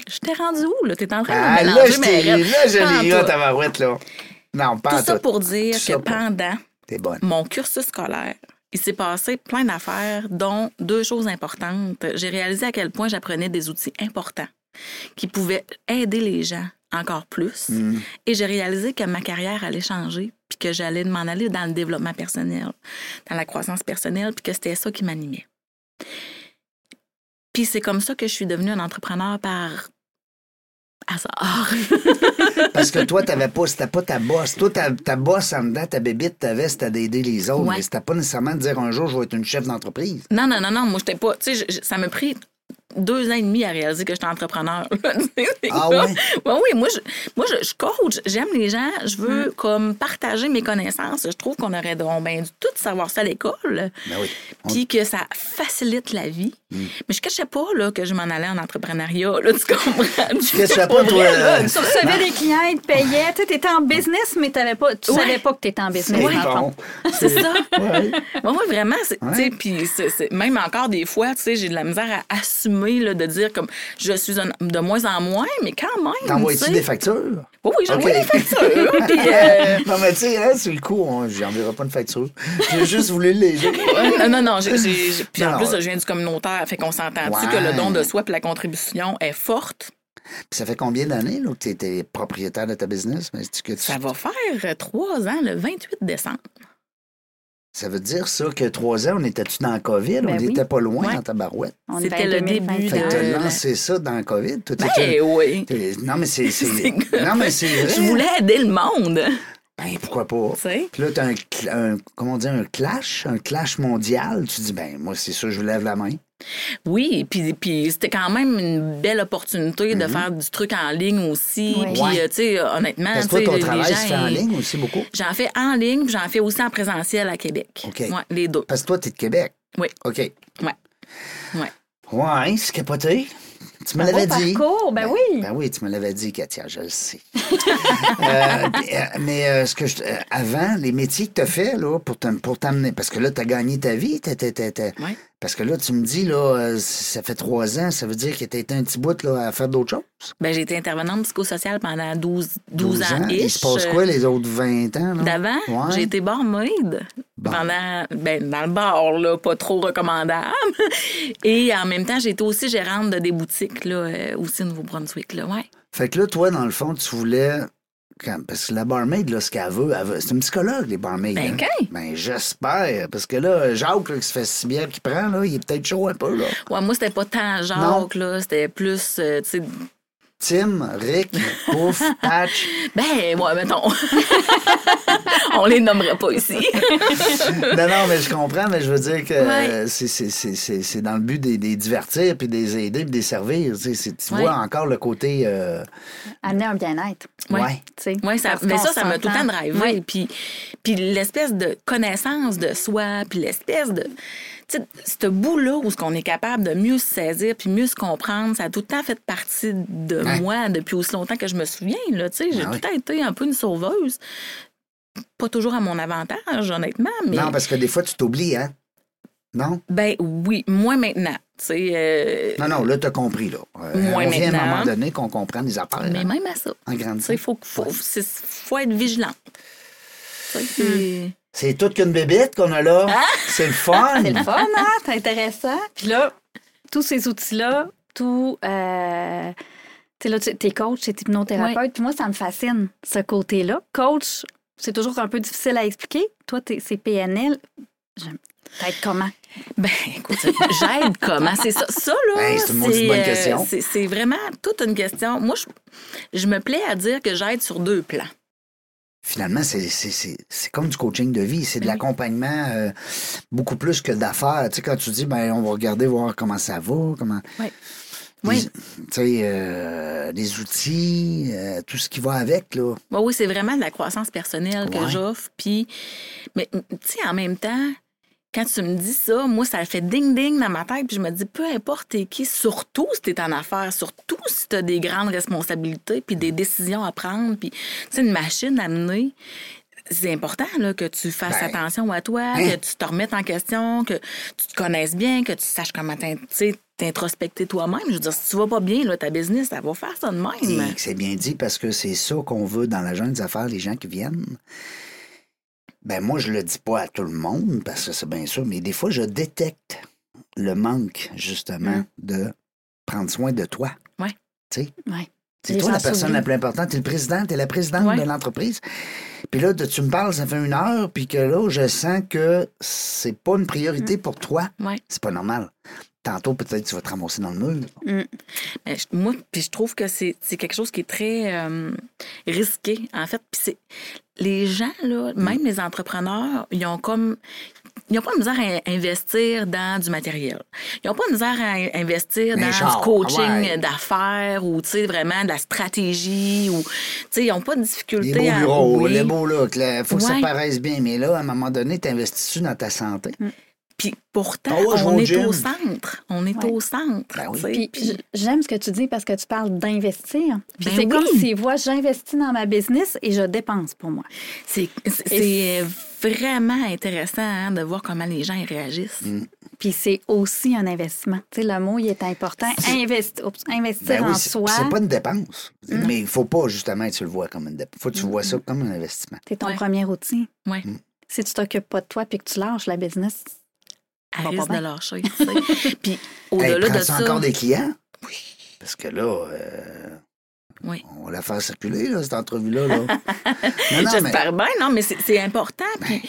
Speaker 3: Je t'ai rendu où, là? T'es en train de
Speaker 1: Mm. Ah,
Speaker 3: me
Speaker 1: là,
Speaker 3: mélanger
Speaker 1: je t'ai-
Speaker 3: mes rêves.
Speaker 1: là, je
Speaker 3: Pas en
Speaker 1: l'ai eu,
Speaker 3: tout.
Speaker 1: ta barouette, là. Non, pas en
Speaker 3: Tout ça
Speaker 1: tout.
Speaker 3: pour dire
Speaker 1: Tout
Speaker 3: que
Speaker 1: ça pour-
Speaker 3: pendant
Speaker 1: T'es bonne.
Speaker 3: mon cursus scolaire, il s'est passé plein d'affaires, dont deux choses importantes. J'ai réalisé à quel point j'apprenais des outils importants qui pouvaient aider les gens encore plus. Et j'ai réalisé que ma carrière allait changer, puis que j'allais m'en aller dans le développement personnel, dans la croissance personnelle, puis que c'était ça qui m'animait. Puis c'est comme ça que je suis devenue un entrepreneur par hasard.
Speaker 1: Parce que toi, t'avais pas, c'était pas ta bosse. Toi, ta, ta bosse en dedans, ta bébite, t'avais, c'était d'aider les autres.
Speaker 3: Ouais.
Speaker 1: Mais c'était pas nécessairement de dire un jour, je vais être une chef d'entreprise.
Speaker 3: Non, non, non, non, moi, j'étais pas. Tu sais, je- je- ça m'a pris deux ans et demi à réaliser que j'étais entrepreneur.
Speaker 1: Ah ouais?
Speaker 3: Oui, oui, moi, je, moi, je, je coach, j'aime les gens, je
Speaker 1: Mm.
Speaker 3: veux comme partager mes connaissances. Je trouve qu'on aurait donc bien dû tout savoir ça à l'école,
Speaker 1: Ben oui. On- Mm.
Speaker 3: puis que ça facilite la vie. Mais je cachais pas là, que je m'en allais en entrepreneuriat, là, tu comprends?
Speaker 1: Qu'est-ce que tu fais pas, toi? euh? là?
Speaker 2: Tu recevais des clients, ils te payaient. Tu sais, t'étais en business, mais t'avais pas, tu
Speaker 3: Ouais.
Speaker 2: savais pas que t'étais en
Speaker 1: C'est
Speaker 2: business.
Speaker 1: bon.
Speaker 2: dans le fond.
Speaker 3: C'est ça.
Speaker 1: Ouais.
Speaker 3: Moi, vraiment, c'est-
Speaker 1: Ouais.
Speaker 3: tu sais, puis c'est- c'est- même encore des fois, tu sais, j'ai de la misère à assumer là, de dire comme je suis un- de moins en moins, mais quand même. tu
Speaker 1: T'envoies-tu
Speaker 3: sais.
Speaker 1: des factures?
Speaker 3: Oui, oui, j'envoie
Speaker 1: Ok.
Speaker 3: des factures. puis, euh,
Speaker 1: Non, mais tu sais, hein, sur le coup, on... j'enverrai pas une facture. J'ai juste voulu les.
Speaker 3: euh, non, non, j'ai- j'ai- j'ai- puis en
Speaker 1: Non,
Speaker 3: plus,
Speaker 1: ouais.
Speaker 3: je viens du communautaire, fait qu'on s'entend-tu
Speaker 1: Ouais.
Speaker 3: que le don de soi et la contribution est forte?
Speaker 1: Puis ça fait combien d'années là, que tu étais propriétaire de ta business? Mais est-ce que tu-
Speaker 3: Ça va faire euh, trois ans, le 28 décembre.
Speaker 1: Ça veut dire ça que trois ans, on était-tu dans le COVID?
Speaker 2: Ben
Speaker 1: on
Speaker 2: oui.
Speaker 1: n'était pas loin
Speaker 3: Ouais.
Speaker 1: dans ta barouette.
Speaker 2: On
Speaker 3: C'était
Speaker 2: était en
Speaker 3: le
Speaker 2: 2025.
Speaker 3: début
Speaker 1: Fait que
Speaker 3: Euh,
Speaker 1: t'as
Speaker 3: la-
Speaker 1: lancé ça dans le COVID? Toi,
Speaker 3: Ben
Speaker 1: t'étais-
Speaker 3: oui!
Speaker 1: t'es- Non, mais c'est. c'est-
Speaker 3: C'est que-
Speaker 1: Non, mais c'est vrai.
Speaker 3: Je voulais aider le monde,
Speaker 1: Ben, pourquoi pas?
Speaker 3: tu sais.
Speaker 1: Puis là, t'as un, cl- un- comment on dit, un clash, un clash mondial. Tu dis, ben, moi, c'est sûr, je vous lève la main.
Speaker 3: Oui, puis, puis c'était quand même une belle opportunité de faire du truc en ligne aussi.
Speaker 2: Oui.
Speaker 3: Puis,
Speaker 1: Mhm. Ouais.
Speaker 3: euh, tu sais, honnêtement,
Speaker 1: Parce que toi,
Speaker 3: tu sais,
Speaker 1: ton
Speaker 3: les
Speaker 1: travail
Speaker 3: gens,
Speaker 1: se fait en
Speaker 3: ils-
Speaker 1: ligne aussi beaucoup.
Speaker 3: J'en fais en ligne, puis j'en fais aussi en présentiel à Québec.
Speaker 1: OK.
Speaker 3: Ouais, les deux.
Speaker 1: Parce que toi, t'es de Québec.
Speaker 3: Oui.
Speaker 1: OK.
Speaker 3: Ouais. Ouais.
Speaker 1: Ouais, c'est capoté. Tu me
Speaker 2: Un beau
Speaker 1: l'avais dit.
Speaker 2: parcours, ben oui.
Speaker 1: Ben oui, tu me l'avais dit, Katia, je le sais. Euh, puis, euh, mais euh, ce que je- euh, avant, les métiers que tu as fait là, pour t'am- pour t'amener, parce que là, tu as gagné ta vie. t'as- t'as- t'as- t'as-
Speaker 3: Ouais.
Speaker 1: Parce que là, tu me dis, là, euh, ça fait trois ans, ça veut dire que tu été un petit bout là, à faire d'autres choses.
Speaker 3: Ben, j'ai été intervenante psychosociale pendant 12, 12,
Speaker 1: 12
Speaker 3: ans.
Speaker 1: Il se passe quoi les autres 20 ans? là?
Speaker 3: D'avant,
Speaker 1: Ouais.
Speaker 3: j'ai été barmaid
Speaker 1: Bon.
Speaker 3: pendant ben, dans le bar là, pas trop recommandable. Et en même temps, j'ai été aussi gérante de des boutiques là, euh, aussi au Nouveau-Brunswick là, ouais.
Speaker 1: Fait que là, toi, dans le fond, tu voulais. quand- Parce que la barmaid, là, ce qu'elle veut, elle veut- c'est une psychologue, les barmaids.
Speaker 3: Ben,
Speaker 1: hein.
Speaker 3: OK.
Speaker 1: Ben, j'espère. Parce que là, Jacques, là, qui se fait si bien qu'il prend, là, il est peut-être chaud un peu. Là.
Speaker 3: Ouais, moi c'était pas tant genre là, c'était plus euh, tu sais
Speaker 1: Tim, Rick, Pouf, Patch.
Speaker 3: ben moi mettons. On les nommerait pas ici.
Speaker 1: Non, non, mais je comprends, mais je veux dire que
Speaker 3: Ouais.
Speaker 1: euh, c'est- c'est- c'est c'est- c'est dans le but des, des divertir, puis des aider, puis des servir. Tu, sais, c'est- tu
Speaker 3: Ouais.
Speaker 1: vois encore le côté. euh,
Speaker 2: Amener un bien-être.
Speaker 3: Ouais.
Speaker 2: tu sais.
Speaker 3: Ouais, ça,
Speaker 2: Parce
Speaker 3: mais
Speaker 2: qu'on
Speaker 3: ça, ça m'a tout le temps
Speaker 2: s'entend.
Speaker 3: drivé.
Speaker 2: Ouais.
Speaker 3: Puis, puis l'espèce de connaissance de soi, puis l'espèce de... Tu sais, ce bout-là où ce qu'on est capable de mieux se saisir, puis mieux se comprendre, ça a tout le temps fait partie de
Speaker 1: Ouais.
Speaker 3: moi depuis aussi longtemps que je me souviens. Là, tu sais, j'ai
Speaker 1: Ah
Speaker 3: tout
Speaker 1: oui.
Speaker 3: le temps été un peu une sauveuse. Pas toujours à mon avantage, honnêtement, mais...
Speaker 1: Non, parce que des fois, tu t'oublies, hein? Non?
Speaker 3: Ben oui, moi maintenant. Tu sais, euh,
Speaker 1: Non, non, là, t'as compris, là. Euh,
Speaker 3: Moins
Speaker 1: on vient à un
Speaker 3: maintenant.
Speaker 1: moment donné qu'on comprend les affaires.
Speaker 3: mais
Speaker 1: hein,
Speaker 3: même à ça.
Speaker 1: en
Speaker 3: Tu sais,
Speaker 1: grandissant.
Speaker 3: il faut, faut, Hmm. c'est- faut être vigilante. Tu sais, c'est-
Speaker 1: C'est toute qu'une bébête qu'on a là.
Speaker 3: Ah!
Speaker 1: C'est le fun.
Speaker 2: C'est le fun, hein? C'est intéressant. Puis là, tous ces outils-là, tout. Euh, tu sais, là, tu- t'es coach, t'es hypnothérapeute. Puis moi, ça me fascine, ce côté-là. Coach, c'est toujours un peu difficile à expliquer. Toi, t'es- c'est PNL. J'aime. Peut-être comment?
Speaker 3: Ben, écoute, j'aide comment? C'est ça, ça là.
Speaker 1: Ben, c'est une maudite bonne
Speaker 3: euh,
Speaker 1: question.
Speaker 3: c'est- c'est vraiment toute une question. Moi, je, je me plais à dire que j'aide sur deux plans.
Speaker 1: Finalement, c'est- c'est c'est- c'est comme du coaching de vie. C'est de l'accompagnement euh, beaucoup plus que d'affaires. Tu sais, quand tu dis, ben, on va regarder, voir comment ça va, comment.
Speaker 3: Oui.
Speaker 1: Des-
Speaker 3: Oui.
Speaker 1: Tu sais, euh, des outils, euh, tout ce qui va avec, là.
Speaker 3: Ben oui, c'est vraiment de la croissance personnelle que
Speaker 1: Ouais.
Speaker 3: j'offre. Puis, mais tu sais, en même temps, quand tu me dis ça, moi, ça fait ding-ding dans ma tête. Puis je me dis, peu importe t'es qui, surtout si t'es en affaires, surtout si t'as des grandes responsabilités, puis des décisions à prendre, puis tu sais, une machine à mener. C'est important là, que tu fasses
Speaker 1: Ben.
Speaker 3: attention à toi,
Speaker 1: Hein?
Speaker 3: que tu te remettes en question, que tu te connaisses bien, que tu saches comment t'in- tu sais, t'introspecter toi-même. Je veux dire, si tu vas pas bien, là, ta business, ça va faire ça de
Speaker 1: Et
Speaker 3: même.
Speaker 1: C'est bien dit parce que c'est ça qu'on veut dans la jungle des affaires, les gens qui viennent. Ben moi, je le dis pas à tout le monde parce que c'est bien sûr, mais des fois, je détecte le manque, justement,
Speaker 3: Mm.
Speaker 1: de prendre soin de toi.
Speaker 3: Ouais.
Speaker 1: Tu sais?
Speaker 2: Ouais.
Speaker 1: C'est
Speaker 2: Les
Speaker 1: toi la
Speaker 2: gens
Speaker 1: personne
Speaker 2: s'oublient.
Speaker 1: la plus importante. T'es le président, t'es la présidente
Speaker 3: Ouais.
Speaker 1: de l'entreprise. Puis là, tu me parles, ça fait une heure, puis que là, je sens que c'est pas une priorité pour toi.
Speaker 3: Ouais.
Speaker 1: C'est pas normal. Tantôt, peut-être, tu vas te ramasser dans le mur.
Speaker 3: Mais Euh, je- moi, puis je trouve que c'est c'est quelque chose qui est très euh, risqué, en fait. Puis c'est les gens, là,
Speaker 1: Mm.
Speaker 3: même les entrepreneurs, ils ont comme. Ils n'ont pas de misère à investir dans du matériel. Ils n'ont pas de misère à investir
Speaker 1: Mais
Speaker 3: dans
Speaker 1: genre,
Speaker 3: du coaching
Speaker 1: ouais.
Speaker 3: d'affaires ou, tu sais, vraiment de la stratégie ou, tu sais, ils n'ont pas de difficulté
Speaker 1: Les beaux
Speaker 3: à...
Speaker 1: bureaux,
Speaker 3: Oui.
Speaker 1: les beaux looks, il faut que ça
Speaker 3: Ouais.
Speaker 1: paraisse bien. Mais là, à un moment donné, t'investis-tu dans ta santé?
Speaker 3: Mm.
Speaker 1: Ben
Speaker 3: Puis pourtant,
Speaker 1: Ah ouais, je vais
Speaker 3: on
Speaker 1: au
Speaker 3: est
Speaker 1: gym.
Speaker 3: au centre. On est
Speaker 2: Ouais.
Speaker 3: au centre.
Speaker 1: Ben oui.
Speaker 3: tu sais,
Speaker 2: Puis
Speaker 3: puis-
Speaker 2: j- j'aime ce que tu dis parce que tu parles d'investir. Puis
Speaker 3: Ben
Speaker 2: c'est comme
Speaker 3: oui.
Speaker 2: si, vois, j'investis dans ma business et je dépense pour moi.
Speaker 3: C'est c'est
Speaker 2: Et-
Speaker 3: vraiment intéressant hein, de voir comment les gens ils réagissent.
Speaker 2: Puis c'est aussi un investissement. Tu sais, le mot, il est important. Investi- oups, investir
Speaker 1: Ben oui,
Speaker 2: en
Speaker 1: c'est
Speaker 2: soi,
Speaker 1: c'est pas une dépense.
Speaker 3: Mm.
Speaker 1: Mais il faut pas, justement, que tu le vois comme une dépense. faut que tu vois ça comme un investissement.
Speaker 2: c'est ton
Speaker 3: Ouais.
Speaker 2: premier outil.
Speaker 3: Ouais.
Speaker 1: Mm.
Speaker 2: Si tu t'occupes pas de toi puis que tu lâches la business,
Speaker 3: Elle
Speaker 2: va pas
Speaker 3: risque de
Speaker 2: bien.
Speaker 3: lâcher. tu sais. Puis
Speaker 1: Hey,
Speaker 3: au-delà de
Speaker 1: prends-tu
Speaker 3: ça.
Speaker 1: encore des clients? Parce que là, euh,
Speaker 3: Oui.
Speaker 1: on va la faire circuler, là, cette entrevue-là. Là. non, non, mais Ben.
Speaker 3: J'espère bien, non, mais c'est c'est important. Puis,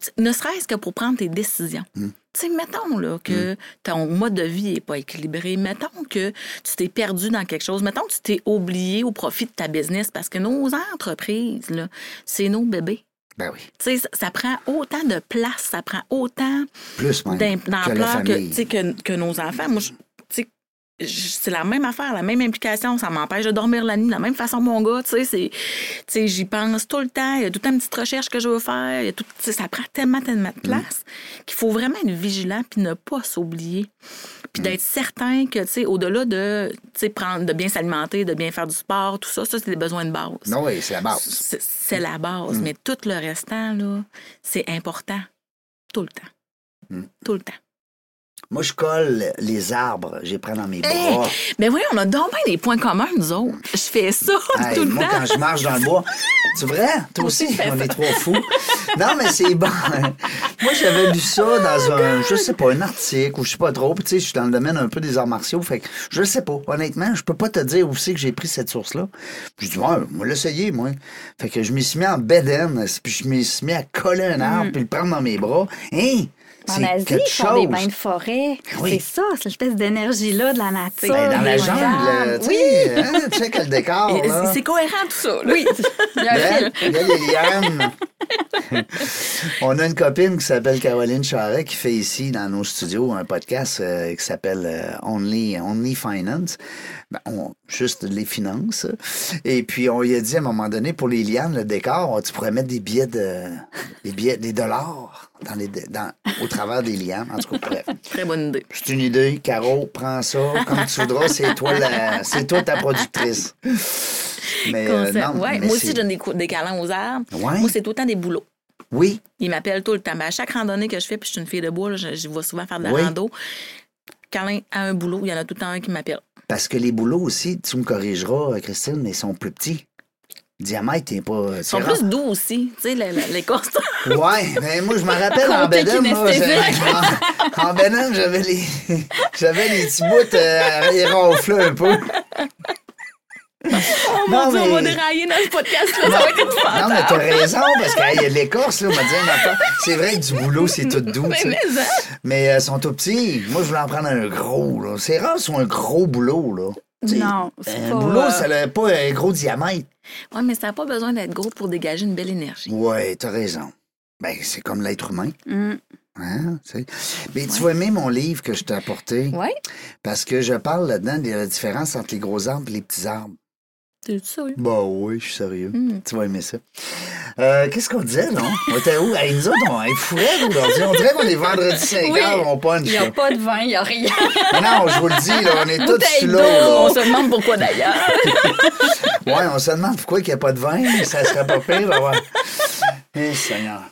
Speaker 3: tu- ne serait-ce que pour prendre tes décisions.
Speaker 1: Mm.
Speaker 3: Tu sais, mettons là, que ton mode de vie n'est pas équilibré. Mettons que tu t'es perdu dans quelque chose. Mettons que tu t'es oublié au profit de ta business parce que nos entreprises, là, c'est nos bébés.
Speaker 1: ben oui,
Speaker 3: Tu sais, ça, ça prend autant de place, ça prend autant
Speaker 1: plus même
Speaker 3: d'im-
Speaker 1: que la
Speaker 3: d'ampleur que,
Speaker 1: famille.
Speaker 3: tu sais, que, que nos enfants. Moi, je- tu sais, je- c'est la même affaire, la même implication. Ça m'empêche de dormir la nuit. De la même façon, mon gars, tu sais, c'est- tu sais, j'y pense tout le temps. Il y a tout le temps une petite recherche que je veux faire. Il y a tout, tu sais, ça prend tellement, tellement
Speaker 1: Mm.
Speaker 3: de place qu'il faut vraiment être vigilant puis ne pas s'oublier.
Speaker 1: Mm.
Speaker 3: Puis d'être certain que, tu sais, au-delà de, tu sais, prendre, de bien s'alimenter, de bien faire du sport, tout ça, ça, c'est les besoins de base.
Speaker 1: non, Ben Mm. oui, c'est la base.
Speaker 3: C'est c'est la base, mais tout le restant, là, c'est important. Tout le temps.
Speaker 1: Mm.
Speaker 3: Tout le temps.
Speaker 1: Moi, je colle les arbres, je les prends dans mes bras.
Speaker 3: Mais oui, Ben on a donc bien des points communs, nous autres. Je fais ça
Speaker 1: Hey,
Speaker 3: tout le
Speaker 1: moi,
Speaker 3: temps.
Speaker 1: quand je marche dans le bois, c'est vrai, toi aussi, on est trois fous. Non, mais c'est bon. moi, j'avais lu ça dans un, je sais pas, un article ou je sais pas trop. Puis, tu sais, je suis dans le domaine un peu des arts martiaux. Fait que je sais pas. Honnêtement, je peux pas te dire où c'est que j'ai pris cette source-là. J'ai dit, ouais, moi, l'essayer, moi. Fait que je m'y suis mis en bedaine, puis je m'y suis mis à coller un arbre, puis le prendre dans mes bras. Hein?
Speaker 2: Mm. en Asie,
Speaker 1: C'est
Speaker 2: ils
Speaker 1: quelque
Speaker 2: font des
Speaker 1: chose. Ah
Speaker 2: bains de forêt.
Speaker 1: Oui.
Speaker 2: C'est ça, cette espèce d'énergie-là de la nature.
Speaker 1: Ben, dans la
Speaker 2: des
Speaker 1: jungle,
Speaker 2: arbres.
Speaker 1: tu
Speaker 2: Oui,
Speaker 1: sais, hein, tu sais que le décor.
Speaker 3: Et
Speaker 1: là.
Speaker 3: c'est- C'est cohérent tout ça. Oui.
Speaker 2: il y a un
Speaker 1: Là,
Speaker 2: fil.
Speaker 1: là, les lianes. On a une copine qui s'appelle Caroline Charret qui fait ici dans nos studios un podcast euh, qui s'appelle euh, Only, Only Finance. Ben, on- juste les finances. Et puis on lui a dit à un moment donné pour les lianes, le décor, oh, tu pourrais mettre des billets de des billets des dollars dans les dans- au travers des lianes. En tout cas, bref.
Speaker 3: Très bonne idée.
Speaker 1: C'est une idée, Caro, prends ça comme tu voudras, c'est toi la- c'est toi ta productrice. Mais euh,
Speaker 3: Concept.
Speaker 1: non,
Speaker 3: Ouais,
Speaker 1: mais
Speaker 3: Moi aussi,
Speaker 1: c'est-
Speaker 3: je donne des, cou- des câlins aux arbres.
Speaker 1: Ouais.
Speaker 3: Moi, c'est tout le temps des boulots.
Speaker 1: Oui,
Speaker 3: Ils m'appellent tout le temps. Ben, à chaque randonnée que je fais, puis je suis une fille de bois, là, je, je vais souvent faire de la
Speaker 1: Oui.
Speaker 3: rando. Câlin à un boulot, il y en a tout le temps un qui m'appelle.
Speaker 1: Parce que les boulots aussi, tu me corrigeras, Christine, mais ils sont plus petits. Le diamètre n'est pas.
Speaker 3: Ils sont plus doux aussi, tu sais, les, les, les constats.
Speaker 1: Ah, Ouais, mais moi, je me rappelle en
Speaker 2: Comptez
Speaker 1: Benham, moi,
Speaker 2: kinesthésique.
Speaker 1: j'avais- en, en Benham, j'avais les, j'avais les petits bouts, euh, ils ronflaient un peu.
Speaker 3: On Oh mon
Speaker 1: Non,
Speaker 3: Dieu, on va
Speaker 1: mais-
Speaker 3: dérailler dans ce podcast-là. Ça va être une
Speaker 1: Non, mais t'as raison, parce qu'il y a de l'écorce, là, on m'a dit, un enfant, c'est vrai que du boulot, c'est tout doux, tu sais.
Speaker 3: Mais, mais, hein?
Speaker 1: Mais euh, ils sont tout petits. Moi, je voulais en prendre un gros, là. C'est rare, sur un gros boulot, là. Tu sais,
Speaker 2: Non, c'est
Speaker 1: Un
Speaker 2: pas...
Speaker 1: boulot,
Speaker 2: euh,
Speaker 1: ça n'a pas un gros diamètre.
Speaker 3: Ouais, mais ça n'a pas besoin d'être gros pour dégager une belle énergie.
Speaker 1: Ouais, t'as raison. Ben, c'est comme l'être humain.
Speaker 2: mm.
Speaker 1: Hein, tu sais. Mais tu vas aimer mon livre que je t'ai apporté
Speaker 3: Ouais,
Speaker 1: parce que je parle là-dedans de la différence entre les gros arbres et les petits arbres.
Speaker 3: c'est ça. oui.
Speaker 1: Bah oui, je suis sérieux.
Speaker 3: Hmm.
Speaker 1: Tu vas aimer ça. Euh, Qu'est-ce qu'on disait, non? On était où? Hey, nous autres, on est fourrés aujourd'hui. On dirait qu'on est vendredi 5
Speaker 2: Oui.
Speaker 1: heures, on
Speaker 2: Il
Speaker 1: punch.
Speaker 2: n'y a
Speaker 1: là.
Speaker 2: pas de vin, il n'y a rien.
Speaker 1: Mais Non, je vous le dis, là, on est tous
Speaker 2: Bouteille
Speaker 1: sous l'eau.
Speaker 2: d'eau.
Speaker 1: là.
Speaker 3: On se demande pourquoi d'ailleurs.
Speaker 1: Ouais, on se demande pourquoi il n'y a pas de vin. Ça serait pas pire d'avoir. Eh, Seigneur.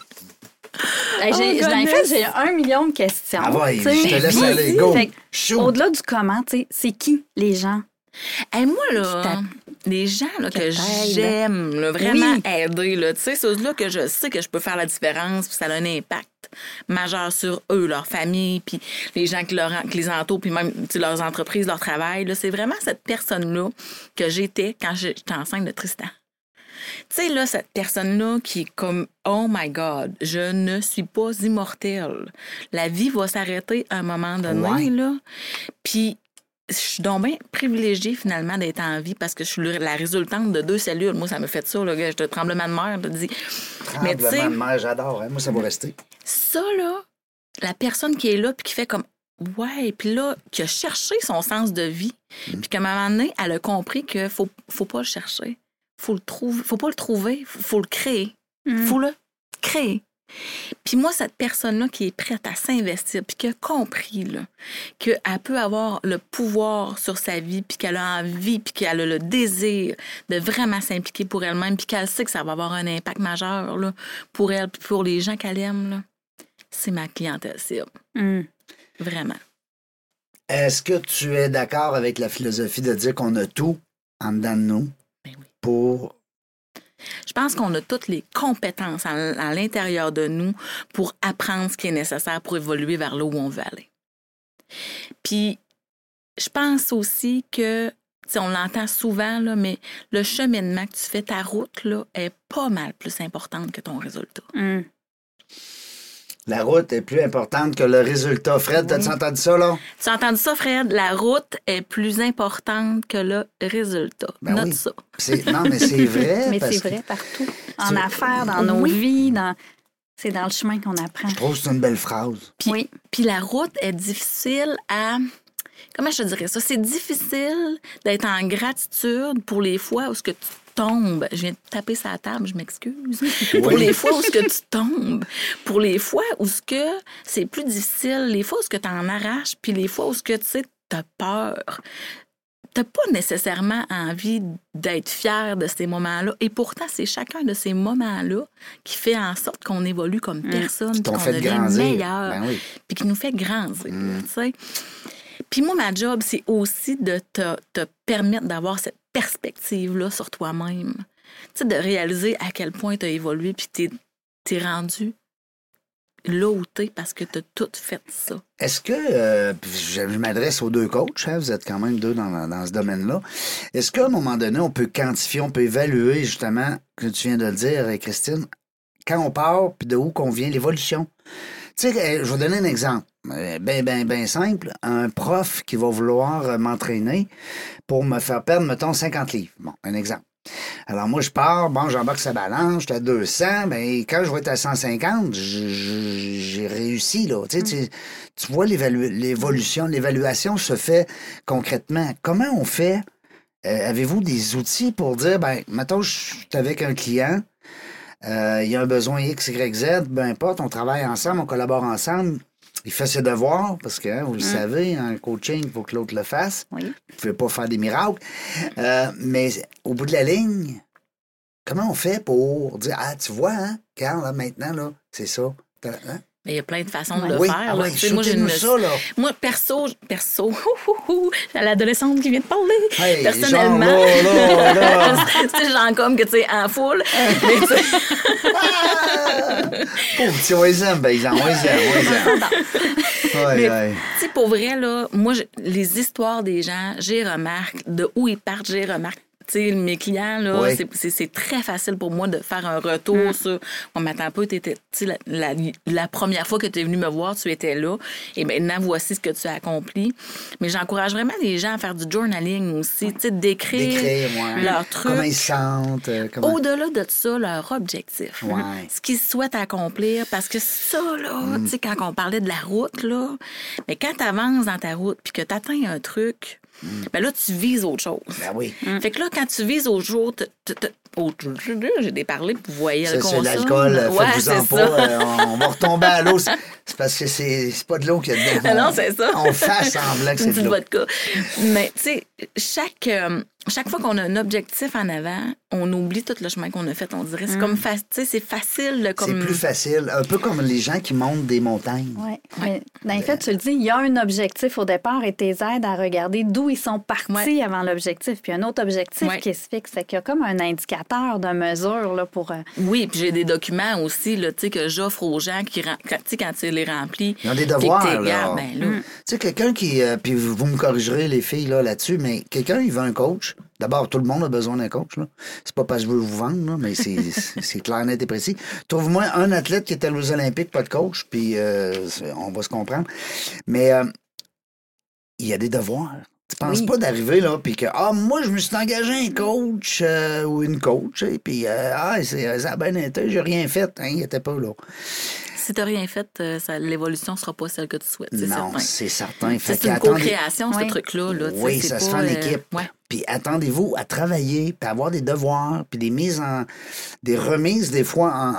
Speaker 2: Hey, j'ai- j'ai-
Speaker 3: Oh,
Speaker 2: en fait,
Speaker 3: goodness.
Speaker 2: j'ai un million de questions.
Speaker 1: Ah ouais,
Speaker 2: tu sais.
Speaker 1: je te laisse
Speaker 2: Puis,
Speaker 1: aller. Go.
Speaker 2: fait que,
Speaker 1: Chaud.
Speaker 2: Au-delà du comment, tu sais, c'est qui les gens?
Speaker 3: Hey, moi, là,
Speaker 2: Je
Speaker 3: les gens là, que
Speaker 2: t'aide, là.
Speaker 3: j'aime, là, vraiment
Speaker 2: Oui.
Speaker 3: aider, là, tu sais, ceux-là que je sais que je peux faire la différence, puis ça a un impact majeur sur eux, leur famille, puis les gens qui, leur, en- qui les entourent, puis même tu sais, leurs entreprises, leur travail. là, C'est vraiment cette personne-là que j'étais quand j'ai- j'étais enceinte de Tristan. Tu sais, là, cette personne-là qui est comme Oh my God, je ne suis pas immortelle. La vie va s'arrêter à un moment donné,
Speaker 1: Ouais.
Speaker 3: là. Puis, je suis donc bien privilégiée, finalement, d'être en vie parce que je suis le- la résultante de deux cellules. Moi, ça me fait ça, là, gars. Je te tremblement de mer, je te dis. Mais tu sais,
Speaker 1: Tremblement de mer, j'adore. hein. Moi, ça va rester.
Speaker 3: ça, là, la personne qui est là, puis qui fait comme Ouais, puis là, qui a cherché son sens de vie, puis qu'à un moment donné, elle a compris que faut, faut pas le chercher. Faut le trouver. Faut pas le trouver, faut, faut le créer.
Speaker 2: Mm,
Speaker 3: Faut le créer. Puis moi, cette personne-là qui est prête à s'investir, puis qui a compris là, qu'elle peut avoir le pouvoir sur sa vie, puis qu'elle a envie, puis qu'elle a le désir de vraiment s'impliquer pour elle-même, puis qu'elle sait que ça va avoir un impact majeur là, pour elle, puis pour les gens qu'elle aime, là. c'est ma clientèle cible.
Speaker 2: mm,
Speaker 3: Vraiment.
Speaker 1: Est-ce que tu es d'accord avec la philosophie de dire qu'on a tout en dedans de nous
Speaker 3: Ben oui.
Speaker 1: pour.
Speaker 3: Je pense qu'on a toutes les compétences à, à l'intérieur de nous pour apprendre ce qui est nécessaire pour évoluer vers là où on veut aller. Puis, je pense aussi que, tu sais, on l'entend souvent, là, mais le cheminement que tu fais, ta route, là, est pas mal plus importante que ton résultat.
Speaker 1: La route est plus importante que le résultat. Fred, t'as-tu entendu ça, là?
Speaker 3: Tu as entendu ça, Fred? La route est plus importante que le résultat.
Speaker 1: Ben
Speaker 3: Note
Speaker 1: oui.
Speaker 3: ça.
Speaker 1: C'est- Non, mais c'est vrai.
Speaker 2: Mais
Speaker 1: parce
Speaker 2: c'est
Speaker 1: que
Speaker 2: vrai partout. En affaires, dans
Speaker 3: Oui.
Speaker 2: nos vies, dans... c'est dans le chemin qu'on apprend.
Speaker 1: Je trouve que c'est une belle phrase.
Speaker 3: Puis,
Speaker 2: Oui.
Speaker 3: puis la route est difficile à... Comment je te dirais ça? C'est difficile d'être en gratitude pour les fois où ce que tu tombes. Je viens de taper sur la table, je m'excuse. Pour les fois où ce que tu tombes. Pour les fois où ce que c'est plus difficile. Les fois où ce que tu en arraches. Puis les fois où ce que tu sais, t'as peur. T'as pas nécessairement envie d'être fier de ces moments-là. Et pourtant, c'est chacun de ces moments-là qui fait en sorte qu'on évolue comme personne, puis
Speaker 1: T'ont
Speaker 3: qu'on
Speaker 1: fait
Speaker 3: devient
Speaker 1: grandir.
Speaker 3: meilleur
Speaker 1: Ben oui.
Speaker 3: puis qui nous fait grandir. tu sais. Puis moi, ma job, c'est aussi de te, te permettre d'avoir cette perspective-là sur toi-même. Tu sais, de réaliser à quel point tu as évolué, puis t'es es rendu là où t'es parce que t'as tout fait ça.
Speaker 1: Est-ce que, euh, puis je, je m'adresse aux deux coachs, hein, vous êtes quand même deux dans, dans ce domaine-là, est-ce qu'à un moment donné, on peut quantifier, on peut évaluer justement, que tu viens de le dire, eh, Christine, quand on part, puis de où qu'on vient, l'évolution? Tu sais, euh, je vais donner un exemple, euh, ben, ben, ben simple, un prof qui va vouloir euh, m'entraîner pour me faire perdre, mettons, 50 livres. Bon, un exemple. Alors moi, je pars, bon, j'embarque sa balance, j'étais à 200, mais ben, quand je vais être à 150, je- je- j'ai réussi, là. Tu, sais, tu- tu vois l'évalu- l'évolution, l'évaluation se fait concrètement. Comment on fait? Euh, Avez-vous des outils pour dire, ben, mettons, je suis avec un client, euh, il a un besoin X, Y, Z, peu importe, on travaille ensemble, on collabore ensemble, il fait ses devoirs, parce que, hein, vous le savez, un coaching, il faut que l'autre le fasse.
Speaker 2: Oui.
Speaker 1: Vous pouvez pas faire des miracles. Euh, mais au bout de la ligne, comment on fait pour dire Ah, tu vois, hein, Carl, là, maintenant, là, c'est ça. T'as- hein?
Speaker 3: Mais il y a plein de façons de le
Speaker 1: oui,
Speaker 3: faire.
Speaker 1: ah
Speaker 3: là.
Speaker 1: ouais,
Speaker 3: Tu sais, moi, j'ai
Speaker 1: shootez-nous
Speaker 3: une-
Speaker 1: ça, là.
Speaker 3: moi, perso, perso, à l'adolescente qui vient de parler.
Speaker 1: Hey,
Speaker 3: personnellement,
Speaker 1: genre, là, là, là.
Speaker 3: c'est genre comme que tu sais, en foule. mais tu sais,
Speaker 1: Ah! Pauvre petit, on les aime, ben, ils en- on les aime, on les aime. Ouais,
Speaker 3: Mais-
Speaker 1: ouais.
Speaker 3: Tu sais, pour vrai, là, moi, je- les histoires des gens, j'y remarque. De où ils partent, j'y remarque. T'sais, mes clients, là,
Speaker 1: Oui.
Speaker 3: c'est- c'est- c'est très facile pour moi de faire un retour sur on m'attend un peu, t'étais- t'sais, la, la, la première fois que tu es venu me voir, tu étais là, et maintenant voici ce que tu as accompli. Mais j'encourage vraiment les gens à faire du journaling aussi, t'sais, d'écrire
Speaker 1: D'écrire, ouais.
Speaker 3: leurs trucs.
Speaker 1: Comment ils se sentent. euh, comment-
Speaker 3: Au-delà de ça, leur objectif, hein,
Speaker 1: Ouais. Mm.
Speaker 3: ce qu'ils souhaitent accomplir, parce que ça, là, tu sais, quand on parlait de la route, là, mais quand tu avances dans ta route puis que tu atteins un truc,
Speaker 1: Mm.
Speaker 3: ben là, tu vises autre chose.
Speaker 1: Ben oui.
Speaker 3: Fait que là, quand tu vises au jour, t- t- t- au- j'ai déparlé, vous voyez
Speaker 1: Ça,
Speaker 3: le
Speaker 1: c'est
Speaker 3: consomme.
Speaker 1: l'alcool. euh,
Speaker 3: Ouais,
Speaker 1: Faites-vous-en
Speaker 3: c'est
Speaker 1: pas.
Speaker 3: ça.
Speaker 1: euh, on, on va retomber à l'eau. C'est c'est parce que c'est c'est pas de l'eau qu'il y a dedans.
Speaker 3: Ah non,
Speaker 1: On-
Speaker 3: c'est ça.
Speaker 1: On fait semblant que
Speaker 3: Une
Speaker 1: c'est de
Speaker 3: petite
Speaker 1: l'eau.
Speaker 3: vodka. Mais tu sais, chaque, euh, chaque fois qu'on a un objectif en avant, on oublie tout le chemin qu'on a fait, on dirait. C'est comme fa- tu sais, c'est facile. de
Speaker 1: Mm. C'est
Speaker 3: Comme...
Speaker 1: plus facile. Un peu comme les gens qui montent des montagnes.
Speaker 2: Oui. Mais dans les faits, tu le dis, il y a un objectif au départ et tes aides à regarder d'où ils sont partis
Speaker 3: Ouais.
Speaker 2: avant l'objectif. Puis un autre objectif
Speaker 3: Ouais.
Speaker 2: qui se fixe, c'est qu'il y a comme un indicateur de mesure là, pour. euh,
Speaker 3: Oui, puis j'ai des documents aussi là, tu sais, que j'offre aux gens qui, ren- quand, tu sais, quand tu les remplis.
Speaker 1: Ils ont des
Speaker 3: puis que
Speaker 1: devoirs,
Speaker 3: t'es-
Speaker 1: là.
Speaker 3: regarde, ben, là,
Speaker 1: Tu sais, quelqu'un qui. euh, puis vous, vous me corrigerez, les filles, là, là-dessus, mais quelqu'un, il veut un coach. D'abord, tout le monde a besoin d'un coach. Là. C'est pas parce que je veux vous vendre, là, mais c'est, c'est- c'est clair, net et précis. Trouve-moi un athlète qui est allé aux Olympiques, pas de coach, puis euh, c'est- on va se comprendre. Mais euh, il y a des devoirs. Tu penses
Speaker 2: Oui.
Speaker 1: pas d'arriver là, puis que, ah, moi, je me suis engagé un coach euh, ou une coach, et puis, euh, ah, c'est, ça a bien été, j'ai rien fait. Hein, il était pas là.
Speaker 3: Si t'as rien fait, euh, ça- l'évolution sera pas celle que tu souhaites, c'est
Speaker 1: non,
Speaker 3: certain.
Speaker 1: c'est certain. Fait
Speaker 3: C'est une
Speaker 1: qu'attendez-
Speaker 3: co-création, ce
Speaker 2: Oui.
Speaker 3: truc-là. là, tu sais,
Speaker 1: Oui,
Speaker 3: c'est
Speaker 1: ça se fait
Speaker 3: pas,
Speaker 1: en
Speaker 3: euh,
Speaker 1: équipe.
Speaker 3: ouais.
Speaker 1: Puis attendez-vous à travailler, puis à avoir des devoirs, puis des mises en. des remises des fois en,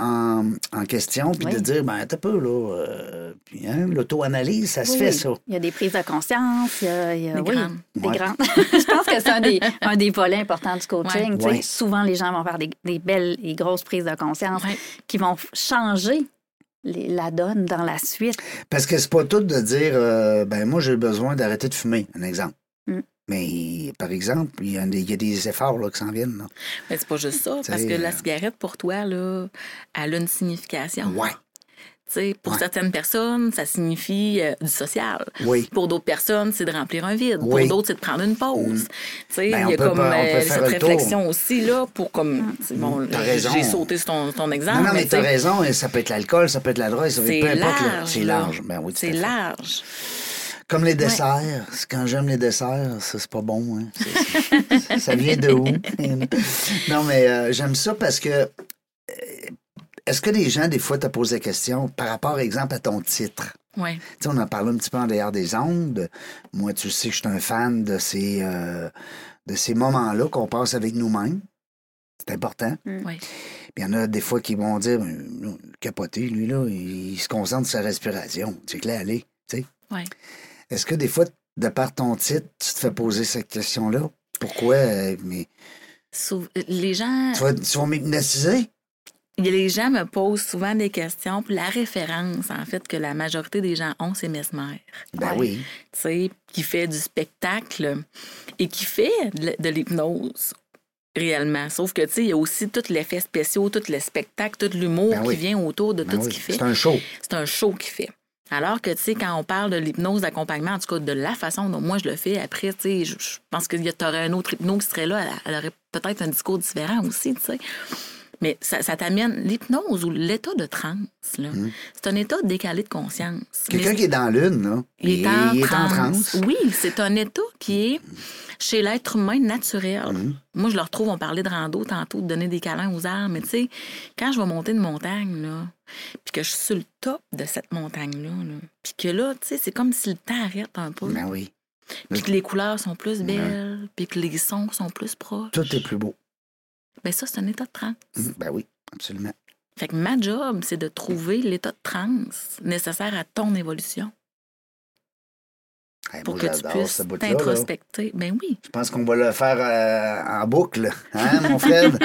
Speaker 1: en- en question, puis
Speaker 2: Oui.
Speaker 1: de dire, ben, t'as peu, là. euh, puis hein, l'auto-analyse, ça se
Speaker 2: oui,
Speaker 1: fait,
Speaker 2: oui.
Speaker 1: ça.
Speaker 2: Il y a des prises de conscience, il y a, il y a-
Speaker 3: Des
Speaker 2: oui,
Speaker 3: grandes.
Speaker 2: des
Speaker 1: Ouais.
Speaker 2: grandes. Je pense que c'est un des, un des volets importants du coaching.
Speaker 3: Ouais.
Speaker 2: tu sais.
Speaker 1: Ouais.
Speaker 2: Souvent, les gens vont faire des, des belles et grosses prises de conscience
Speaker 3: Ouais.
Speaker 2: qui vont f- changer les- la donne dans la suite.
Speaker 1: Parce que c'est pas tout de dire, euh, ben, moi, j'ai besoin d'arrêter de fumer, un exemple.
Speaker 2: Mm.
Speaker 1: Mais, par exemple, il y, a des- il y a des efforts là, qui s'en viennent. là.
Speaker 3: Mais c'est pas juste ça,
Speaker 1: Tu
Speaker 3: parce
Speaker 1: sais,
Speaker 3: que
Speaker 1: euh,
Speaker 3: la cigarette, pour toi, là, elle a une signification.
Speaker 1: Ouais.
Speaker 3: Tu sais, Pour
Speaker 1: Ouais.
Speaker 3: certaines personnes, ça signifie euh, du social.
Speaker 1: Oui.
Speaker 3: Pour d'autres personnes, c'est de remplir un vide.
Speaker 1: Oui.
Speaker 3: Pour d'autres, c'est de prendre une pause. Tu sais, Il
Speaker 1: Ben, on
Speaker 3: y a
Speaker 1: peut
Speaker 3: comme
Speaker 1: pas- on peut
Speaker 3: euh,
Speaker 1: faire
Speaker 3: cette
Speaker 1: un tour.
Speaker 3: réflexion aussi, là, pour comme. tu sais, Bon,
Speaker 1: T'as
Speaker 3: j'ai-
Speaker 1: raison.
Speaker 3: J'ai sauté sur ton, ton exemple.
Speaker 1: Non, non, mais
Speaker 3: tu
Speaker 1: t'as
Speaker 3: sais,
Speaker 1: raison, et ça peut être l'alcool, ça peut être la drogue, ça peut
Speaker 3: C'est
Speaker 1: être peu importe. là.
Speaker 3: large.
Speaker 1: C'est
Speaker 3: là.
Speaker 1: large. Ben oui, tout à
Speaker 3: c'est
Speaker 1: fait.
Speaker 3: large.
Speaker 1: Comme les desserts. C'est Quand j'aime les desserts, ça, c'est pas bon. hein. C'est- c'est- ça vient de où? non, mais euh, j'aime ça parce que. euh, Est-ce que les gens, des fois, te posent la question par rapport, exemple, à ton titre?
Speaker 3: Oui.
Speaker 1: Tu sais, on en parlait un petit peu en dehors des ondes. Moi, tu sais que je suis un fan de ces, euh, de ces moments-là qu'on passe avec nous-mêmes. C'est important.
Speaker 3: Oui.
Speaker 1: Puis il y en a des fois qui vont dire Ben, capoté, lui, là, il, il se concentre sur sa respiration. C'est clair, allez. tu sais.
Speaker 3: Ouais.
Speaker 1: Est-ce que des fois, de par ton titre, tu te fais poser cette question-là? Pourquoi? euh, mais
Speaker 3: Sou- euh, Les gens.
Speaker 1: tu vas, tu vas m'hypnotiser?
Speaker 3: Les gens me posent souvent des questions, puis la référence, en fait, que la majorité des gens ont, c'est Mesmer,
Speaker 1: Ben
Speaker 2: Ouais.
Speaker 1: oui.
Speaker 3: tu sais, qui fait du spectacle et qui fait de l- de l'hypnose, réellement. Sauf que, tu sais, il y a aussi tout l'effet spéciaux, tout le spectacle, tout l'humour
Speaker 1: Ben
Speaker 3: qui
Speaker 1: oui.
Speaker 3: vient autour de
Speaker 1: Ben
Speaker 3: tout
Speaker 1: oui.
Speaker 3: ce qu'il fait.
Speaker 1: C'est un show.
Speaker 3: C'est un show qu'il fait. Alors que, tu sais, quand on parle de l'hypnose d'accompagnement, en tout cas, de la façon dont moi je le fais, après, tu sais, je, je pense qu'il y aurait un autre hypnose qui serait là, elle, elle aurait peut-être un discours différent aussi, tu sais. Mais ça, ça t'amène l'hypnose ou l'état de transe, là. C'est un état décalé de conscience.
Speaker 1: Mmh. Quelqu'un
Speaker 3: Mais
Speaker 1: qui est dans la l'une, là.
Speaker 3: il est en,
Speaker 1: il
Speaker 3: transe.
Speaker 1: transe.
Speaker 3: Oui, c'est un état qui est chez l'être humain naturel.
Speaker 1: Mm-hmm.
Speaker 3: Moi, je le retrouve, on parlait de rando tantôt, de donner des câlins aux arbres, mais tu sais, quand je vais monter une montagne, là, puis que je suis sur le top de cette montagne-là, là, puis que là, tu sais, c'est comme si le temps arrête un peu,
Speaker 1: Ben oui.
Speaker 3: puis que les couleurs sont plus belles, puis que les sons sont plus proches.
Speaker 1: Tout est plus beau.
Speaker 3: Ben ça, c'est un état de transe.
Speaker 1: Hum, Ben oui, absolument.
Speaker 3: Fait que ma job, c'est de trouver l'état de transe nécessaire à ton évolution
Speaker 1: Hey,
Speaker 3: pour
Speaker 1: moi,
Speaker 3: que tu
Speaker 1: j'adore
Speaker 3: puisses
Speaker 1: ce bout-là, là.
Speaker 3: t'introspecter. Ben oui.
Speaker 1: Je pense qu'on va le faire euh, en boucle, hein, mon Fred?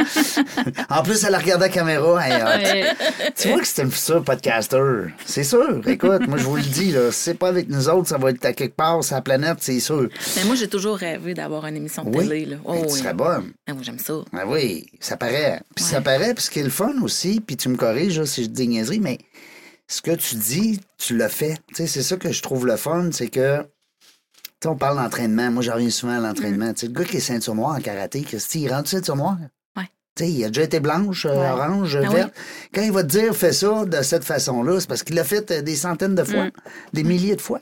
Speaker 1: en plus, elle a regardé la caméra. Hey, hot. Tu vois que c'est une future podcaster. C'est sûr. Écoute, moi, je vous le dis, là, si c'est pas avec nous autres, ça va être à quelque part sur la planète, c'est sûr.
Speaker 3: Mais moi, j'ai toujours rêvé d'avoir une émission de
Speaker 1: Oui.
Speaker 3: télé. Là. Oh,
Speaker 1: Mais tu
Speaker 3: oui.
Speaker 1: serais bonne.
Speaker 3: Ah oui, j'aime ça.
Speaker 1: Ah oui, ça paraît. Puis ça
Speaker 3: Ouais.
Speaker 1: paraît, puis ce qui est le fun aussi, puis tu me corriges là, si je dis niaiserie, mais ce que tu dis, tu le fais. Tu sais, c'est ça que je trouve le fun, c'est que Tu sais, on parle d'entraînement. Moi, j'en reviens souvent à l'entraînement.
Speaker 3: Mm.
Speaker 1: Tu sais, le gars qui est ceinture noire en karaté, Christy, il rentre ceinture noire.
Speaker 3: Ouais.
Speaker 1: Tu sais, il a déjà été blanche, euh,
Speaker 2: Ouais.
Speaker 1: orange,
Speaker 3: Ah
Speaker 1: verte. Quand il va te dire fais ça de cette façon-là, c'est parce qu'il l'a fait euh, des centaines de fois,
Speaker 3: Mm.
Speaker 1: des milliers de fois.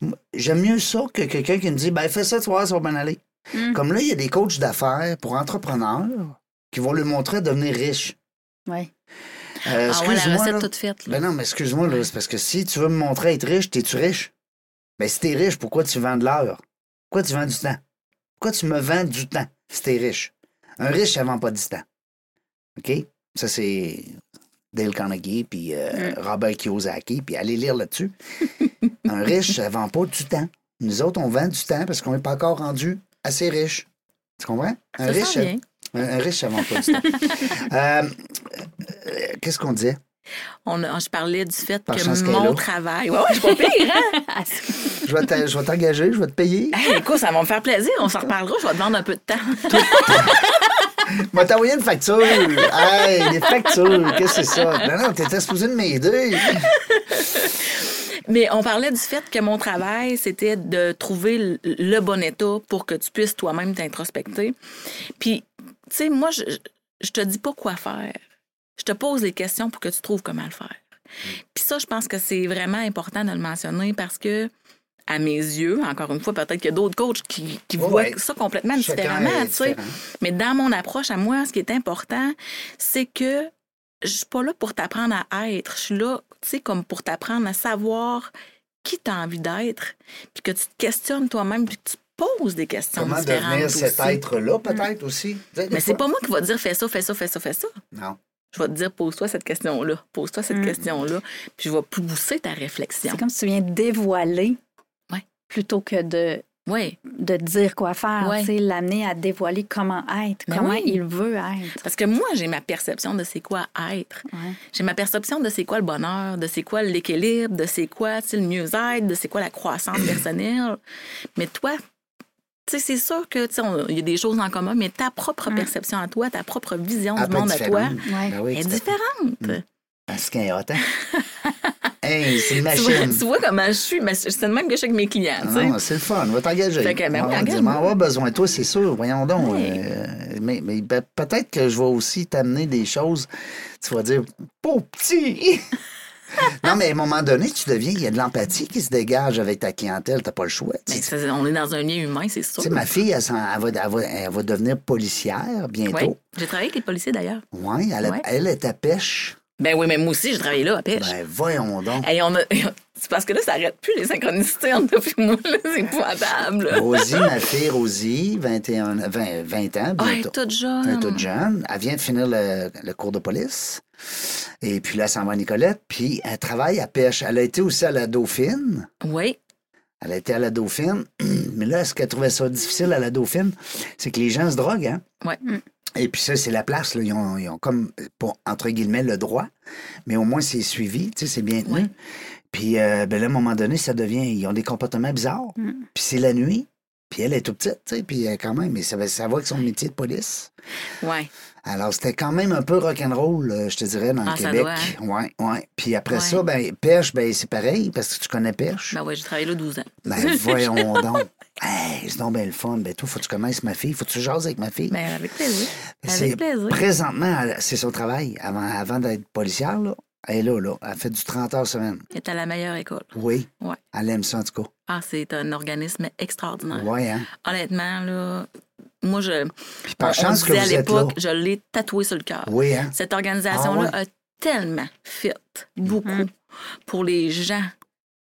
Speaker 1: M- J'aime mieux ça que quelqu'un qui me dit ben fais ça, tu vas voir, ça va bien aller.
Speaker 2: Mm.
Speaker 1: Comme là, il y a des coachs d'affaires pour entrepreneurs qui vont le montrer devenir riche.
Speaker 2: Ouais.
Speaker 1: Euh,
Speaker 3: Ah ouais, la
Speaker 1: excuse-moi,
Speaker 3: recette
Speaker 1: là.
Speaker 3: toute faite. là.
Speaker 1: Ben non, mais excuse-moi, là, c'est parce que si tu veux me montrer être riche, t'es-tu riche? Ben si t'es riche, pourquoi tu vends de l'heure? Pourquoi tu vends du temps? Pourquoi tu me vends du temps si t'es riche? Un riche, ça vend pas du temps. OK? Ça, c'est Dale Carnegie, puis euh, Robert Kiyosaki, puis allez lire là-dessus. Un riche, ça vend pas du temps. Nous autres, on vend du temps parce qu'on n'est pas encore rendu assez riche. Tu comprends? Un
Speaker 3: Ça sent
Speaker 1: riche, ça-
Speaker 3: bien.
Speaker 1: un, un riche, ça vend pas du temps. Euh, euh, Qu'est-ce qu'on disait?
Speaker 3: On a- je parlais du fait
Speaker 1: Par
Speaker 3: que
Speaker 1: chance qu'elle est là.
Speaker 3: mon travail. Ouais, ouais, je suis pas pire, hein?
Speaker 1: Je vais t'a- je vais t'engager, je vais te payer.
Speaker 3: Hey, écoute, ça va me faire plaisir. On s'en reparlera. Je vais te demander un peu de temps.
Speaker 1: Je vais t'envoyer une facture. Hey, des factures, qu'est-ce que c'est ça? Non, non, t'étais supposé de m'aider.
Speaker 3: Mais on parlait du fait que mon travail, c'était de trouver le- le bon état pour que tu puisses toi-même t'introspecter. Puis, tu sais, moi, je, je te dis pas quoi faire. Je te pose les questions pour que tu trouves comment le faire. Puis ça, je pense que c'est vraiment important de le mentionner parce que, à mes yeux, encore une fois, peut-être qu'il y a d'autres coachs qui, qui
Speaker 1: Ouais,
Speaker 3: voient
Speaker 1: Oh, ouais.
Speaker 3: ça complètement
Speaker 1: Chacun
Speaker 3: différemment,
Speaker 1: est
Speaker 3: tu sais.
Speaker 1: différent.
Speaker 3: Mais dans mon approche à moi, ce qui est important, c'est que je suis pas là pour t'apprendre à être. Je suis là, tu sais, comme pour t'apprendre à savoir qui t'as envie d'être, puis que tu te questionnes toi-même, puis que tu poses des questions
Speaker 1: Comment
Speaker 3: différentes.
Speaker 1: devenir cet
Speaker 3: aussi. Mm.
Speaker 1: être-là, peut-être aussi? Tu sais, des
Speaker 3: Mais c'est
Speaker 1: fois-
Speaker 3: pas moi qui va te dire fais ça, fais ça, fais ça, fais ça.
Speaker 1: Non.
Speaker 3: Je vais te dire pose-toi cette question-là, pose-toi cette question-là, puis je vais pousser ta réflexion.
Speaker 2: C'est comme si tu viens dévoiler
Speaker 3: Ouais.
Speaker 2: plutôt que de,
Speaker 3: Oui,
Speaker 2: de dire quoi faire.
Speaker 3: Ouais.
Speaker 2: tu sais, L'amener à dévoiler comment être,
Speaker 3: Mais
Speaker 2: comment
Speaker 3: oui.
Speaker 2: il veut être.
Speaker 3: parce que moi, j'ai ma perception de c'est quoi être.
Speaker 2: Ouais.
Speaker 3: J'ai ma perception de c'est quoi le bonheur, de c'est quoi l'équilibre, de c'est quoi tu sais, le mieux-être, de c'est quoi la croissance personnelle. Mais toi, tu sais, c'est sûr que tu sais, on- il y a des choses en commun, mais ta propre perception à toi, ta propre vision
Speaker 1: Ah,
Speaker 3: du
Speaker 1: pas
Speaker 3: monde à toi
Speaker 1: différent.
Speaker 2: Ouais.
Speaker 1: Ben oui,
Speaker 3: est
Speaker 1: tu fais-
Speaker 3: différente.
Speaker 1: Parce qu'il y a autant. hein? Hey, c'est une
Speaker 3: Tu, vois,
Speaker 1: machine. Ah,
Speaker 3: tu vois comment je suis, mais c'est le même que je suis avec mes clients. tu sais.
Speaker 1: Non, c'est le fun. On va t'engager.
Speaker 3: Fait que, ben
Speaker 1: on
Speaker 3: oui,
Speaker 1: va dire,
Speaker 3: engage-moi.
Speaker 1: on va avoir besoin de toi, c'est sûr. Voyons donc.
Speaker 3: Ouais.
Speaker 1: Euh, mais mais pe- peut-être que je vais aussi t'amener des choses. Tu vas dire, pauvre petit! non, mais à un moment donné, tu deviens, il y a de l'empathie qui se dégage avec ta clientèle. T'as pas le choix. Tu-
Speaker 3: Mais ça, on est dans un lien humain, c'est sûr.
Speaker 1: Tu sais, ma fille, elle, s'en- elle va, elle va- elle va devenir policière
Speaker 3: Ouais.
Speaker 1: bientôt.
Speaker 3: J'ai travaillé avec les policiers d'ailleurs.
Speaker 1: Ouais, elle, a-
Speaker 3: Ouais.
Speaker 1: elle est à pêche.
Speaker 3: Ben oui, mais moi aussi, j'ai travaillé là à pêche.
Speaker 1: Ben, voyons donc.
Speaker 3: Hey, on a- C'est parce que là, ça arrête plus les synchronicités entre toi et moi. là. C'est épouvantable. là.
Speaker 1: Rosie, ma fille Rosie, 21, 20, 20 ans
Speaker 3: Ah, elle est
Speaker 1: bientôt.
Speaker 3: toute jeune.
Speaker 1: Elle est toute jeune. Elle vient de finir le, le cours de police. Et puis là, elle s'en va à Nicolette. Puis elle travaille à pêche. Elle a été aussi à la Dauphine.
Speaker 3: Oui.
Speaker 1: Elle a été à la Dauphine. Mais là, ce qu'elle trouvait ça difficile à la Dauphine, c'est que les gens se droguent. Hein?
Speaker 3: Ouais.
Speaker 1: Et puis ça, c'est la place. là. Ils, ont, ils ont comme, pour, entre guillemets, le droit. Mais au moins, c'est suivi. Tu sais, c'est bien tenu.
Speaker 3: Ouais.
Speaker 1: Puis euh, ben là, à un moment donné, ça devient... Ils ont des comportements bizarres.
Speaker 3: Mm.
Speaker 1: Puis c'est la nuit. Puis elle est toute petite, tu sais, puis euh, quand même, mais ça va savoir que son métier de police.
Speaker 3: Ouais.
Speaker 1: Alors, c'était quand même un peu rock'n'roll, euh, je te dirais, dans
Speaker 3: Ah,
Speaker 1: le
Speaker 3: ça
Speaker 1: Québec.
Speaker 3: doit,
Speaker 1: Ouais, ouais. Puis après
Speaker 3: Ouais.
Speaker 1: ça, ben, pêche, ben, c'est pareil, parce que tu connais pêche.
Speaker 3: Ben ouais, j'ai travaillé là 12 ans.
Speaker 1: Ben, voyons donc. Hey, c'est donc bien le fun. Ben, toi, faut que tu connaisses ma fille. Faut que tu jases avec ma fille.
Speaker 3: Ben avec plaisir.
Speaker 1: c'est
Speaker 3: Avec plaisir.
Speaker 1: présentement, elle- c'est son travail. Avant, avant d'être policière, là, elle est là, là. Elle fait du 30 heures semaine.
Speaker 3: Elle est à la meilleure école.
Speaker 1: Oui.
Speaker 3: Ouais.
Speaker 1: Elle aime ça, en tout cas.
Speaker 3: Ah, c'est un organisme extraordinaire.
Speaker 1: Ouais, hein.
Speaker 3: Honnêtement, là, moi, je.
Speaker 1: Puis par
Speaker 3: on- on
Speaker 1: chance que
Speaker 3: disait à
Speaker 1: vous êtes là.
Speaker 3: l'époque, je l'ai tatoué sur le cœur.
Speaker 1: Oui, hein.
Speaker 3: Cette organisation-là
Speaker 1: Ah
Speaker 3: a tellement fait beaucoup pour les gens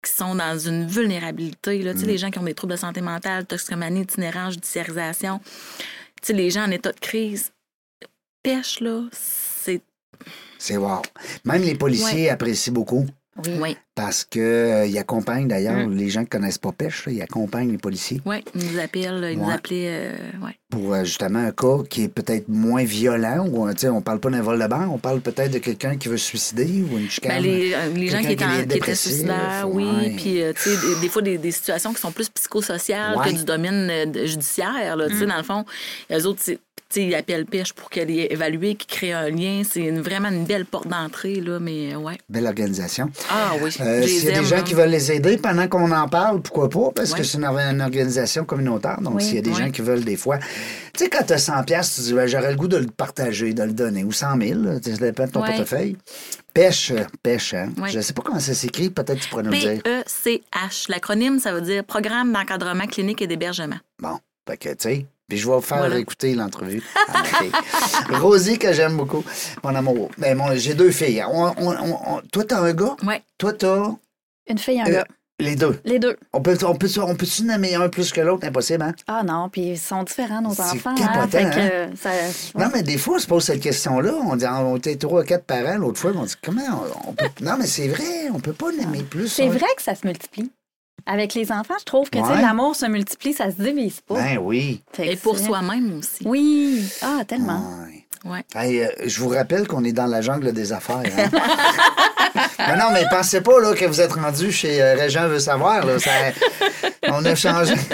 Speaker 3: qui sont dans une vulnérabilité. Là. Tu sais,
Speaker 1: Mm.
Speaker 3: les gens qui ont des troubles de santé mentale, toxicomanie, itinérance, judiciarisation. Tu sais, les gens en état de crise. Pêche, là, c'est.
Speaker 1: C'est wow. Même les policiers apprécient beaucoup.
Speaker 3: Oui. Oui,
Speaker 1: Parce que euh, ils accompagnent d'ailleurs,
Speaker 3: Hum.
Speaker 1: les gens qui connaissent pas pêche, là, ils accompagnent les policiers
Speaker 3: ils nous appellent, ils nous
Speaker 1: Ouais.
Speaker 3: appelaient. euh, ouais.
Speaker 1: pour euh, justement un cas qui est peut-être moins violent. Ou, euh, tu sais, on parle pas d'un vol de banque, on parle peut-être de quelqu'un qui veut se suicider ou une chicane.
Speaker 3: Ben, les, euh, les gens
Speaker 1: Quelqu'un
Speaker 3: qui étaient,
Speaker 1: qui
Speaker 3: en-
Speaker 1: est
Speaker 3: qui étaient
Speaker 1: dépressif,
Speaker 3: suicidaires,
Speaker 1: ouais.
Speaker 3: oui. Puis, euh, tu sais, des, des fois, des, des situations qui sont plus psychosociales
Speaker 1: Ouais.
Speaker 3: que du domaine euh, de- judiciaire, là, tu sais, dans le fond. Eux autres, c'est- sais, il appelle pêche pour qu'elle est évaluée, qui crée un lien. C'est une- vraiment une belle porte d'entrée, là, mais euh, ouais.
Speaker 1: Belle organisation.
Speaker 3: Ah oui,
Speaker 1: Euh,
Speaker 3: je les
Speaker 1: S'il y a
Speaker 3: aime,
Speaker 1: des gens
Speaker 3: là.
Speaker 1: qui veulent les aider pendant qu'on en parle, pourquoi pas? Parce que
Speaker 3: Ouais.
Speaker 1: c'est une, or- une organisation communautaire. Donc,
Speaker 2: Oui,
Speaker 1: s'il y a des
Speaker 3: oui.
Speaker 1: gens qui veulent des fois. Tu sais, quand tu as 100$, piastres, tu dis, Ben, j'aurais le goût de le partager, de le donner. Ou 100 000, là, tu sais, ça dépend de ton
Speaker 3: Ouais.
Speaker 1: portefeuille. Pêche, euh, pêche, hein?
Speaker 3: Ouais. Ben,
Speaker 1: Je ne sais pas comment ça s'écrit. Peut-être que tu pourrais nous le dire.
Speaker 3: PECH. E L'acronyme, ça veut dire Programme d'encadrement clinique et d'hébergement.
Speaker 1: Bon, fait que, tu sais. Puis je vais vous faire
Speaker 3: Voilà.
Speaker 1: écouter l'entrevue. à ma fille. Rosie, que j'aime beaucoup, mon amour. Ben, mon- j'ai deux filles. On- on- on- on- toi, t'as un gars?
Speaker 3: Ouais.
Speaker 1: Toi, t'as
Speaker 2: Une fille, un
Speaker 1: Euh,
Speaker 2: gars.
Speaker 1: les deux.
Speaker 2: Les deux.
Speaker 1: On peut-tu on peut, on peut nommer un plus que l'autre? Impossible, hein?
Speaker 2: Ah non, puis ils sont différents, nos
Speaker 1: C'est
Speaker 2: enfants.
Speaker 1: capotant,
Speaker 2: fait
Speaker 1: hein?
Speaker 2: que, euh, ça-
Speaker 1: Non, mais des fois, on se pose cette question-là. On dit, ah, on était trois ou quatre parents l'autre fois, mais on dit, comment on, on peut. Non, mais c'est vrai, on peut pas l'aimer plus.
Speaker 2: Ah. C'est
Speaker 1: on-
Speaker 2: vrai que ça se multiplie. Avec les enfants, je trouve que tu sais,
Speaker 1: Ouais.
Speaker 2: l'amour se multiplie, ça se divise pas.
Speaker 1: Ben oui.
Speaker 2: Fait que
Speaker 3: Et pour
Speaker 2: c'est-
Speaker 3: soi-même aussi.
Speaker 2: Oui. Ah, tellement.
Speaker 1: Ouais.
Speaker 3: Ouais.
Speaker 1: Hey, euh, je vous rappelle qu'on est dans la jungle des affaires. hein. mais non, mais pensez pas là, que vous êtes rendu chez euh, Régent veut savoir. là. Ça- on a changé.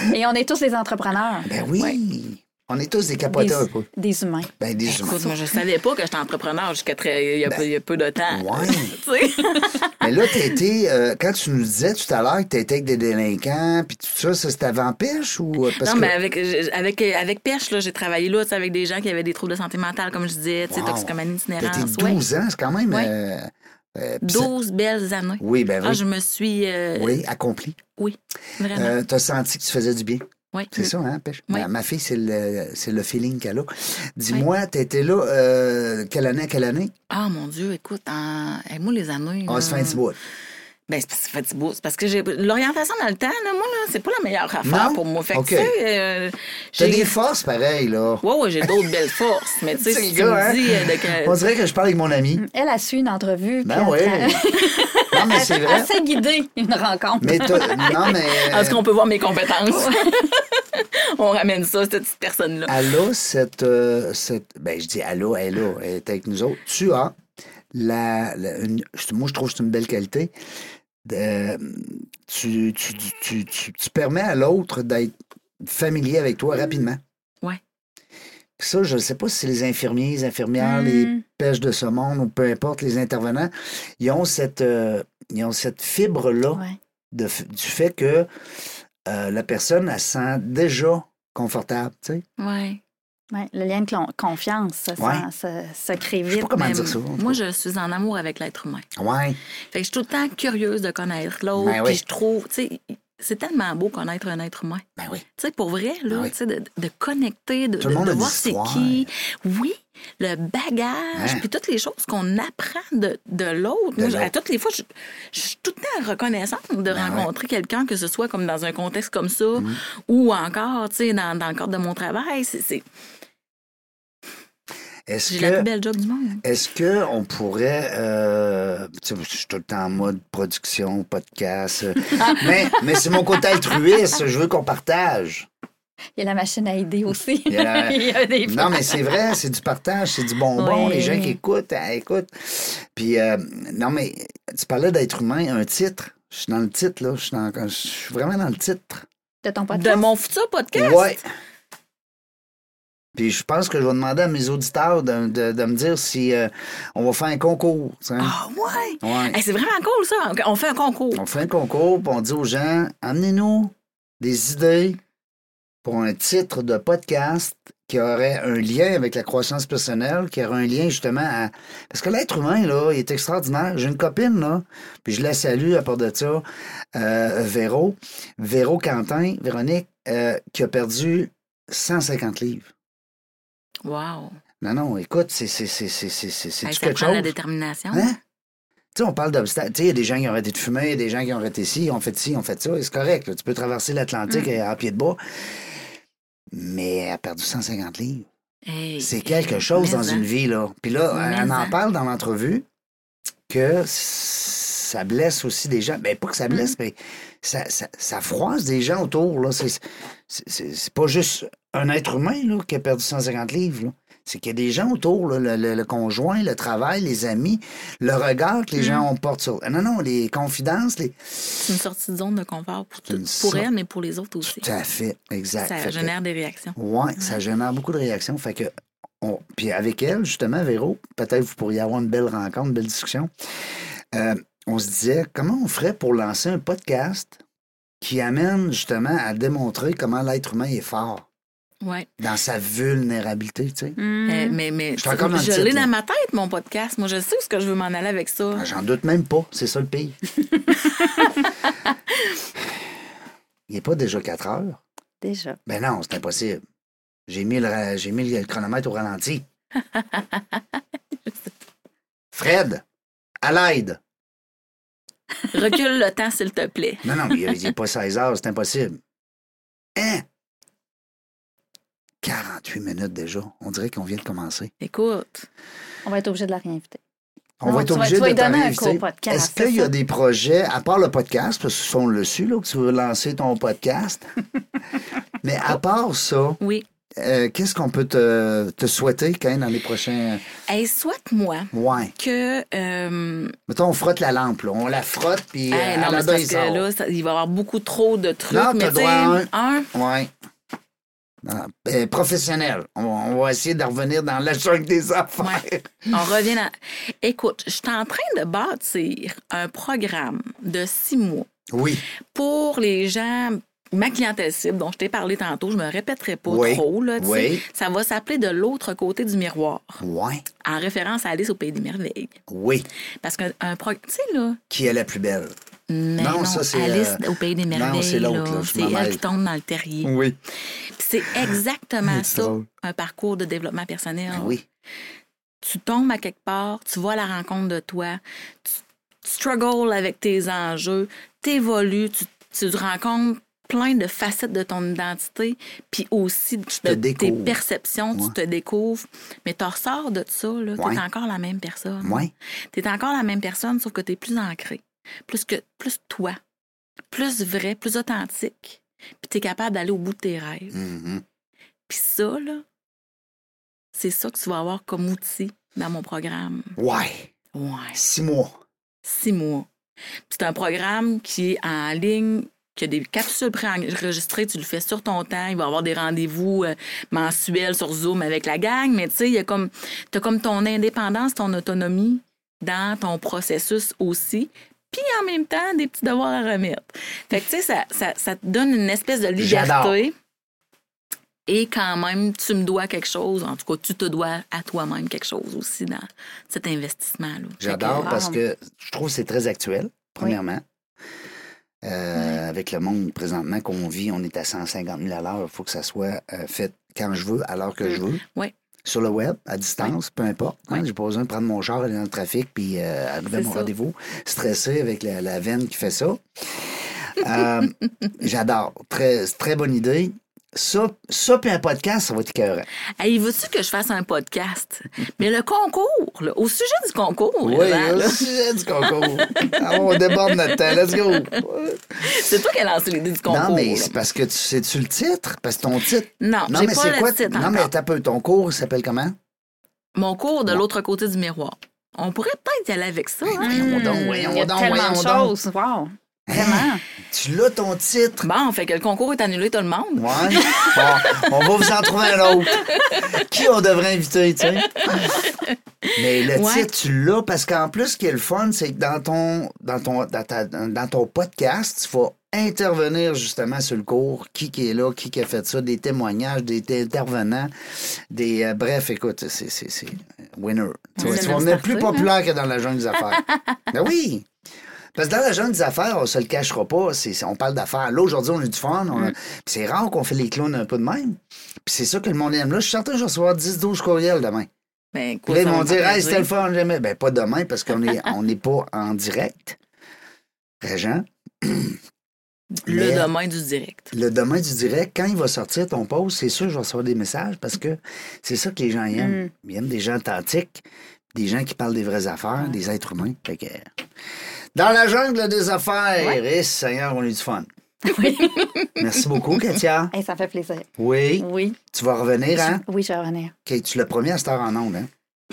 Speaker 1: Ah.
Speaker 2: Et on est tous des entrepreneurs,
Speaker 1: Ben oui. On est tous des capotés
Speaker 2: Des-
Speaker 1: Ben, un peu.
Speaker 2: des humains.
Speaker 1: Ben des humains.
Speaker 3: Écoute, moi, je savais pas que j'étais entrepreneur jusqu'à très, il, y a peu, il y a peu de temps.
Speaker 1: Ouais.
Speaker 3: Tu sais?
Speaker 1: Mais là, t'as été, euh, quand tu nous disais tout à l'heure que t'étais avec des délinquants, puis tout ça, ça c'était avant pêche ou euh, parce
Speaker 3: non,
Speaker 1: que
Speaker 3: mais avec, je- avec, avec Pêche, là, j'ai travaillé là, tu sais, avec des gens qui avaient des troubles de santé mentale, comme je disais, tu sais,
Speaker 1: Wow.
Speaker 3: toxicomanie
Speaker 1: t'étais
Speaker 3: itinérance. ouais.
Speaker 1: 12 ans, c'est quand même.
Speaker 3: Ouais.
Speaker 1: euh, euh, pis ça-
Speaker 3: 12 belles années.
Speaker 1: Oui, ben oui.
Speaker 3: Ah, je me Ah, suis. euh,
Speaker 1: Oui, accompli.
Speaker 3: Vraiment.
Speaker 1: Euh, t'as senti que tu faisais du bien.
Speaker 3: oui.
Speaker 1: C'est ça, hein, pêche.
Speaker 3: Mm. Oui.
Speaker 1: Ma, ma fille, c'est le, c'est le feeling qu'elle a. Dis-moi, t'étais là, euh, quelle année à quelle année?
Speaker 3: Ah, mon Dieu, écoute, en- hey, moi, les années.
Speaker 1: On
Speaker 3: là,
Speaker 1: se fait un petit bout.
Speaker 3: Ben, c'est parce que c'est petit bout. C'est parce que j'ai l'orientation dans le temps, là, moi, là, c'est pas la meilleure affaire
Speaker 1: Non?
Speaker 3: pour moi. Fait que,
Speaker 1: OK.
Speaker 3: tu sais, euh,
Speaker 1: T'as
Speaker 3: j'ai-
Speaker 1: des forces pareilles, là.
Speaker 3: Ouais, ouais, j'ai d'autres belles forces. Mais tu sais,
Speaker 1: C'est
Speaker 3: si
Speaker 1: le
Speaker 3: tu
Speaker 1: gars,
Speaker 3: me
Speaker 1: hein?
Speaker 3: dis euh, Mm. de que-
Speaker 1: On dirait que je parle avec mon ami.
Speaker 2: Mm. Elle a su une entrevue.
Speaker 1: Ben oui.
Speaker 2: puis elle-
Speaker 1: non, mais c'est vrai.
Speaker 2: Elle s'est guidée une rencontre.
Speaker 1: Mais t'as- non, mais.
Speaker 3: En tout cas, on peut voir mes compétences. on ramène ça, cette petite personne-là.
Speaker 1: Elle a cette, euh, cette- Ben, je dis elle a, elle a, elle est avec nous autres. Tu as la. la- une- je- moi, je trouve que c'est une belle qualité. Euh, tu, tu, tu- tu- tu- tu permets à l'autre d'être familier avec toi rapidement.
Speaker 3: Ouais.
Speaker 1: Ça, je ne sais pas si c'est les infirmiers, les infirmières, les
Speaker 2: Mm.
Speaker 1: pêches de saumon ou peu importe, les intervenants, ils ont cette, euh, ils ont cette fibre-là
Speaker 2: Ouais.
Speaker 1: de f- du fait que euh, la personne, elle se sent déjà confortable, tu sais.
Speaker 3: Ouais.
Speaker 2: Ouais, le lien de clon- confiance, ça,
Speaker 1: Ouais.
Speaker 2: ça- ça crée
Speaker 1: Je sais
Speaker 2: vite.
Speaker 1: pas comment
Speaker 3: Mais
Speaker 1: dire ça. en tout
Speaker 3: Ben, Moi,
Speaker 1: cas.
Speaker 3: je suis en amour avec l'être humain.
Speaker 1: Ouais.
Speaker 3: Fait que je suis tout le temps curieuse de connaître l'autre.
Speaker 1: Ben oui.
Speaker 3: Puis je trouve, tu sais, c'est tellement beau connaître un être humain.
Speaker 1: Ben oui.
Speaker 3: Tu sais, pour vrai, là,
Speaker 1: Ah oui.
Speaker 3: tu sais, de, de connecter, de,
Speaker 1: Tout le
Speaker 3: de-
Speaker 1: monde
Speaker 3: de
Speaker 1: a des
Speaker 3: voir c'est
Speaker 1: histoires.
Speaker 3: qui. Oui, le bagage,
Speaker 1: Hein?
Speaker 3: puis toutes les choses qu'on apprend de, de l'autre.
Speaker 1: De
Speaker 3: Moi, je-
Speaker 1: l'autre.
Speaker 3: à
Speaker 1: Ben
Speaker 3: toutes les fois, je, je suis tout le temps reconnaissante de rencontrer quelqu'un, que ce soit comme dans un contexte comme ça,
Speaker 1: Mm.
Speaker 3: ou encore, tu sais, dans, dans le cadre de mon travail. C'est, c'est-
Speaker 1: Est-ce
Speaker 3: j'ai la plus
Speaker 1: que,
Speaker 3: belle job du monde.
Speaker 1: est-ce que on pourrait, euh, tu sais, je suis tout le temps en mode production, podcast, euh, mais, mais c'est mon côté altruiste, je veux qu'on partage.
Speaker 2: Il y a la machine à aider aussi.
Speaker 1: Il y a la-
Speaker 2: Il y a des
Speaker 1: Non, mais c'est vrai, c'est du partage, c'est du bonbon,
Speaker 2: Oui.
Speaker 1: les gens qui écoutent, euh, écoutent. Puis, euh, non, mais tu parlais d'être humain, un titre. Je suis dans le titre, là. Je suis, dans- je suis vraiment dans le titre.
Speaker 2: de ton
Speaker 3: De
Speaker 2: podcast.
Speaker 3: mon futur podcast.
Speaker 1: Ouais. Puis je pense que je vais demander à mes auditeurs de, de- de me dire si euh, on va faire un concours. tu sais.
Speaker 3: Ah, ouais.
Speaker 1: Ouais.
Speaker 3: Hey, c'est vraiment cool, ça. On fait un concours.
Speaker 1: On fait un concours, puis on dit aux gens, amenez-nous des idées pour un titre de podcast qui aurait un lien avec la croissance personnelle, qui aurait un lien justement à... Parce que l'être humain, là, il est extraordinaire. J'ai une copine, là, puis je la salue à part de ça, euh, Véro, Véro Quentin, Véronique, euh, qui a perdu 150 livres.
Speaker 3: Wow.
Speaker 1: Non, non, écoute, c'est c'est- c'est- c'est- c'est- c'est- c'est-tu
Speaker 3: Hey, ça
Speaker 1: quelque
Speaker 3: prend de la
Speaker 1: chose?
Speaker 3: détermination.
Speaker 1: Hein? Tu sais, on parle d'obstacles. Tu sais, il y a des gens qui ont arrêté de fumer, il y a des gens qui ont arrêté ci, ont fait ci, ont fait ça. et C'est correct. là. Tu peux traverser l'Atlantique à pied de bois. Mais elle a perdu 150 livres.
Speaker 3: Hey,
Speaker 1: C'est quelque chose
Speaker 3: mais
Speaker 1: dans
Speaker 3: en-
Speaker 1: une vie, là. Puis là,
Speaker 3: Mais
Speaker 1: on en
Speaker 3: en-
Speaker 1: parle dans l'entrevue que ça blesse aussi des gens. Mais pas que ça blesse,
Speaker 3: Mm-hmm.
Speaker 1: mais ça, ça, ça froisse des gens autour, là. C'est- C'est c'est- c'est pas juste un être humain, là, qui a perdu 150 livres, là. C'est qu'il y a des gens autour, là, le, le- le conjoint, le travail, les amis, le regard
Speaker 3: Mm.
Speaker 1: que les gens portent sur. Non, non, les confidences, les.
Speaker 3: C'est une sortie de zone de confort pour, tout-
Speaker 1: une
Speaker 3: pour
Speaker 1: sorte-
Speaker 3: elle, mais pour les autres aussi.
Speaker 1: Tout à fait, exact. Fait
Speaker 3: Ça
Speaker 1: que-
Speaker 3: génère des réactions.
Speaker 1: Ouais, ça génère beaucoup de réactions. Fait que, on- Puis avec elle, justement, Véro, peut-être vous pourriez avoir une belle rencontre, une belle discussion. Euh, on se disait, comment on ferait pour lancer un podcast qui amène justement à démontrer comment l'être humain est fort
Speaker 3: Ouais.
Speaker 1: dans sa vulnérabilité, tu sais?
Speaker 2: Hmm.
Speaker 3: Euh, mais mais
Speaker 1: Je suis encore dans le
Speaker 3: je
Speaker 1: titre,
Speaker 3: l'ai
Speaker 1: là.
Speaker 3: dans ma tête, mon podcast. Moi, je sais où ce que je veux m'en aller avec ça.
Speaker 1: Ah, J'en doute même pas, c'est ça le pire. Il n'est pas déjà 4 heures.
Speaker 2: Déjà.
Speaker 1: Ben non, c'est impossible. J'ai mis, le, ra- j'ai mis le chronomètre au ralenti. Fred, à l'aide.
Speaker 3: Recule le temps, s'il te plaît.
Speaker 1: Non, non, mais il n'est pas 16 heures, c'est impossible. Hein? 48 minutes déjà. On dirait qu'on vient de commencer.
Speaker 3: Écoute,
Speaker 2: On va être obligé de la réinviter.
Speaker 1: On
Speaker 2: Non,
Speaker 1: va être
Speaker 2: tu vas-
Speaker 1: obligé
Speaker 2: tu vas
Speaker 1: de
Speaker 2: lui donner un
Speaker 1: t'inviter.
Speaker 2: cours podcast,
Speaker 1: Est-ce
Speaker 2: c'est
Speaker 1: qu'il y a
Speaker 2: ça?
Speaker 1: des projets, à part le podcast, parce que si on le suit, là, que tu veux lancer ton podcast, mais à part ça,
Speaker 3: oui.
Speaker 1: euh, qu'est-ce qu'on peut te, te souhaiter, Kane, dans les prochains...
Speaker 3: Hey, souhaite-moi
Speaker 1: Ouais.
Speaker 3: que. euh,
Speaker 1: Mettons, on frotte la lampe, là. On la frotte, puis
Speaker 3: hey,
Speaker 1: euh,
Speaker 3: non,
Speaker 1: à la
Speaker 3: mais c'est
Speaker 1: dent,
Speaker 3: parce
Speaker 1: il
Speaker 3: que
Speaker 1: sort.
Speaker 3: là, ça- il va y avoir beaucoup trop de trucs.
Speaker 1: Non,
Speaker 3: mais
Speaker 1: t'as
Speaker 3: tu sais,
Speaker 1: droit à
Speaker 3: un.
Speaker 1: Ouais. Ah, euh, professionnel. On, va- on va essayer de revenir dans la jungle des affaires.
Speaker 3: On revient à. Écoute, je suis en train de bâtir un programme de six mois
Speaker 1: Oui.
Speaker 3: pour les gens, ma clientèle cible, dont je t'ai parlé tantôt, je me répéterai pas
Speaker 1: Oui.
Speaker 3: trop. Là, tu sais.
Speaker 1: Oui.
Speaker 3: Ça va s'appeler de l'autre côté du miroir,
Speaker 1: Ouais.
Speaker 3: en référence à Alice au Pays des Merveilles.
Speaker 1: Oui.
Speaker 3: Parce qu'un un pro... Tu sais, là,
Speaker 1: Qui est la plus belle?
Speaker 3: mais
Speaker 1: Non,
Speaker 3: non,
Speaker 1: ça, c'est,
Speaker 3: Alice
Speaker 1: euh,
Speaker 3: au Pays des
Speaker 1: non,
Speaker 3: Merveilles,
Speaker 1: c'est l'autre,
Speaker 3: là,
Speaker 1: là, je
Speaker 3: c'est
Speaker 1: m'en
Speaker 3: elle
Speaker 1: mêle.
Speaker 3: qui tombe dans le terrier.
Speaker 1: Oui.
Speaker 3: Puis c'est exactement
Speaker 1: Mm, C'est
Speaker 3: ça,
Speaker 1: drôle. Ben
Speaker 3: un parcours de développement personnel.
Speaker 1: oui.
Speaker 3: tu tombes à quelque part, tu vas à la rencontre de toi, tu tu struggles avec tes enjeux, t'évolues, tu, tu te rencontres plein de facettes de ton identité, puis aussi
Speaker 1: te
Speaker 3: de tes
Speaker 1: découvres.
Speaker 3: perceptions,
Speaker 1: Ouais.
Speaker 3: tu te découvres, mais tu ressors de ça, là,
Speaker 1: Ouais. Mm.
Speaker 3: t'es encore la même personne.
Speaker 1: Ouais.
Speaker 3: T'es encore la même personne, sauf que t'es plus ancré, plus, que, plus toi, plus vrai, plus authentique, puis t'es capable d'aller au bout de tes rêves.
Speaker 1: Mhm.
Speaker 3: Puis ça, là, c'est ça que tu vas avoir comme outil dans mon programme.
Speaker 1: Ouais.
Speaker 3: Ouais.
Speaker 1: Six mois.
Speaker 3: Six mois. Puis C'est un programme qui est en ligne, qui a des capsules préenregistrées. Tu le fais sur ton temps. Il va y avoir des rendez-vous euh, mensuels sur Zoom avec la gang. Mais tu sais, il y a comme, t'as comme ton indépendance, ton autonomie dans ton processus aussi. Puis en même temps, des petits devoirs à remettre. Fait que tu sais, ça, ça, ça te donne une espèce de
Speaker 1: J'adore.
Speaker 3: liberté. Et quand même, tu me dois quelque chose. En tout cas, tu te dois à toi-même quelque chose aussi dans cet investissement-là. Fait que,
Speaker 1: J'adore
Speaker 2: wow.
Speaker 1: parce que je trouve que c'est très actuel, premièrement. Euh, Avec le monde présentement qu'on vit, on est à 150 000 à l'heure. Il faut que ça soit euh, fait quand je veux, à l'heure que je veux.
Speaker 3: Oui.
Speaker 1: Sur le web, à distance, peu importe. hein.
Speaker 3: Oui.
Speaker 1: J'ai pas besoin de prendre mon char, aller dans le trafic, puis euh, arriver à
Speaker 3: C'est
Speaker 1: mon
Speaker 3: ça.
Speaker 1: rendez-vous, stressé avec la, la veine qui fait ça. Euh, J'adore. Très, très bonne idée. Ça, ça, puis un podcast, ça va être écœurant.
Speaker 3: Hey, veux-tu que je fasse un podcast? Mais le concours, là, au sujet du concours,
Speaker 1: Oui,
Speaker 3: Evan, là,
Speaker 1: le sujet du concours. Ah, on déborde notre temps. Let's go.
Speaker 3: c'est toi qui as lancé l'idée du concours.
Speaker 1: Non, mais
Speaker 3: là.
Speaker 1: c'est parce que tu sais-tu le titre? Parce que ton titre.
Speaker 3: Non,
Speaker 1: Non,
Speaker 3: j'ai
Speaker 1: mais
Speaker 3: pas
Speaker 1: c'est
Speaker 3: le
Speaker 1: quoi?
Speaker 3: titre
Speaker 1: non,
Speaker 3: encore. Ah,
Speaker 1: mais t'as peu. Ton cours il s'appelle comment?
Speaker 3: Mon cours de l'autre côté du miroir. On pourrait peut-être y aller avec ça. hein?
Speaker 1: Voyons donc,
Speaker 2: Hmm,
Speaker 1: voyons
Speaker 2: Il y a
Speaker 1: donc,
Speaker 2: tellement
Speaker 1: voyons
Speaker 2: de
Speaker 1: donc.
Speaker 2: choses. Wow. Vraiment.
Speaker 1: Tu l'as ton titre?
Speaker 3: Bon, fait que le concours est annulé, tout le monde.
Speaker 1: Ouais. Bon, on va vous en trouver un autre. Qui on devrait inviter, tu sais? Mais le
Speaker 3: Ouais.
Speaker 1: titre, tu l'as parce qu'en plus, ce qui est le fun, c'est que dans ton, dans ton, dans ta- dans ton podcast, tu vas intervenir justement sur le cours, qui qui est là, qui qui a fait ça, des témoignages, des t- intervenants, des... euh, bref, écoute, c'est- c'est c'est winner. Tu
Speaker 3: On
Speaker 1: vas-
Speaker 3: aime
Speaker 1: tu vas
Speaker 3: se
Speaker 1: venir plus
Speaker 3: partir,
Speaker 1: populaire que dans la jungle des affaires. ben oui! Parce que dans la jungle des affaires, on se le cachera pas, c'est- on parle d'affaires. Là, aujourd'hui, on a du fun, on a- puis c'est rare qu'on fait les clowns un peu de même. Puis c'est ça que le monde aime. Là, je suis certain que je vais recevoir 10-12 courriels demain.
Speaker 3: Ben,
Speaker 1: Puis
Speaker 3: écoute,
Speaker 1: là, ils
Speaker 3: ça
Speaker 1: vont
Speaker 3: va
Speaker 1: dire,
Speaker 3: faire
Speaker 1: hey, c'était le
Speaker 3: plaisir.
Speaker 1: fun, jamais. Ben, pas demain, parce qu'on n'est on n'est pas en direct. Régent,
Speaker 3: le
Speaker 1: Mais-
Speaker 3: domaine du direct.
Speaker 1: le demain du direct, quand il va sortir ton post, c'est sûr que je vais recevoir des messages parce que c'est ça que les gens aiment.
Speaker 2: Mm.
Speaker 1: Ils aiment des gens authentiques, des gens qui parlent des vraies affaires, des êtres humains. Fait que, Dans la jungle des affaires, et eh, Seigneur, on est du fun.
Speaker 2: Oui.
Speaker 1: Merci beaucoup, Katia.
Speaker 2: Hey, ça fait plaisir.
Speaker 1: Oui,
Speaker 2: Oui.
Speaker 1: tu vas revenir, hein?
Speaker 2: Oui, je vais revenir.
Speaker 1: OK, tu l'as promis à cette heure en ondes, hein?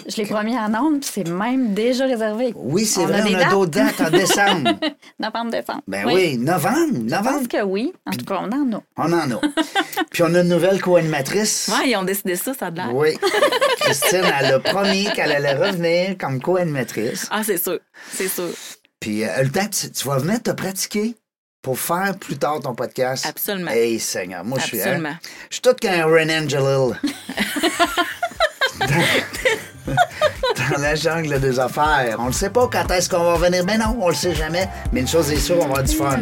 Speaker 2: Je l'ai promis en nombre, puis c'est même déjà réservé.
Speaker 1: Oui, c'est
Speaker 2: On a
Speaker 1: vrai,
Speaker 2: des
Speaker 1: on a d'autres dates en décembre.
Speaker 2: Novembre, décembre.
Speaker 1: Ben oui, novembre,
Speaker 2: Je pense
Speaker 1: novembre,
Speaker 2: que oui. En tout cas, on en a.
Speaker 1: on en a. Puis on a une nouvelle co-animatrice.
Speaker 3: Ouais, ils ont décidé ça, ça a de l'air.
Speaker 1: Oui. Christine, elle a promis qu'elle allait revenir comme co-animatrice.
Speaker 3: Ah, c'est sûr. C'est sûr.
Speaker 1: Puis euh, le temps que tu, tu vas venir te pratiquer pour faire plus tard ton podcast.
Speaker 3: Absolument.
Speaker 1: Hey, Seigneur, moi, je suis, hein,
Speaker 3: Absolument.
Speaker 1: je suis tout qu'un Renan Jalil. dans, dans la jungle des affaires. On ne sait pas quand est-ce qu'on va revenir. Mais non, on le sait jamais. Mais une chose est sûre, on va avoir du fun.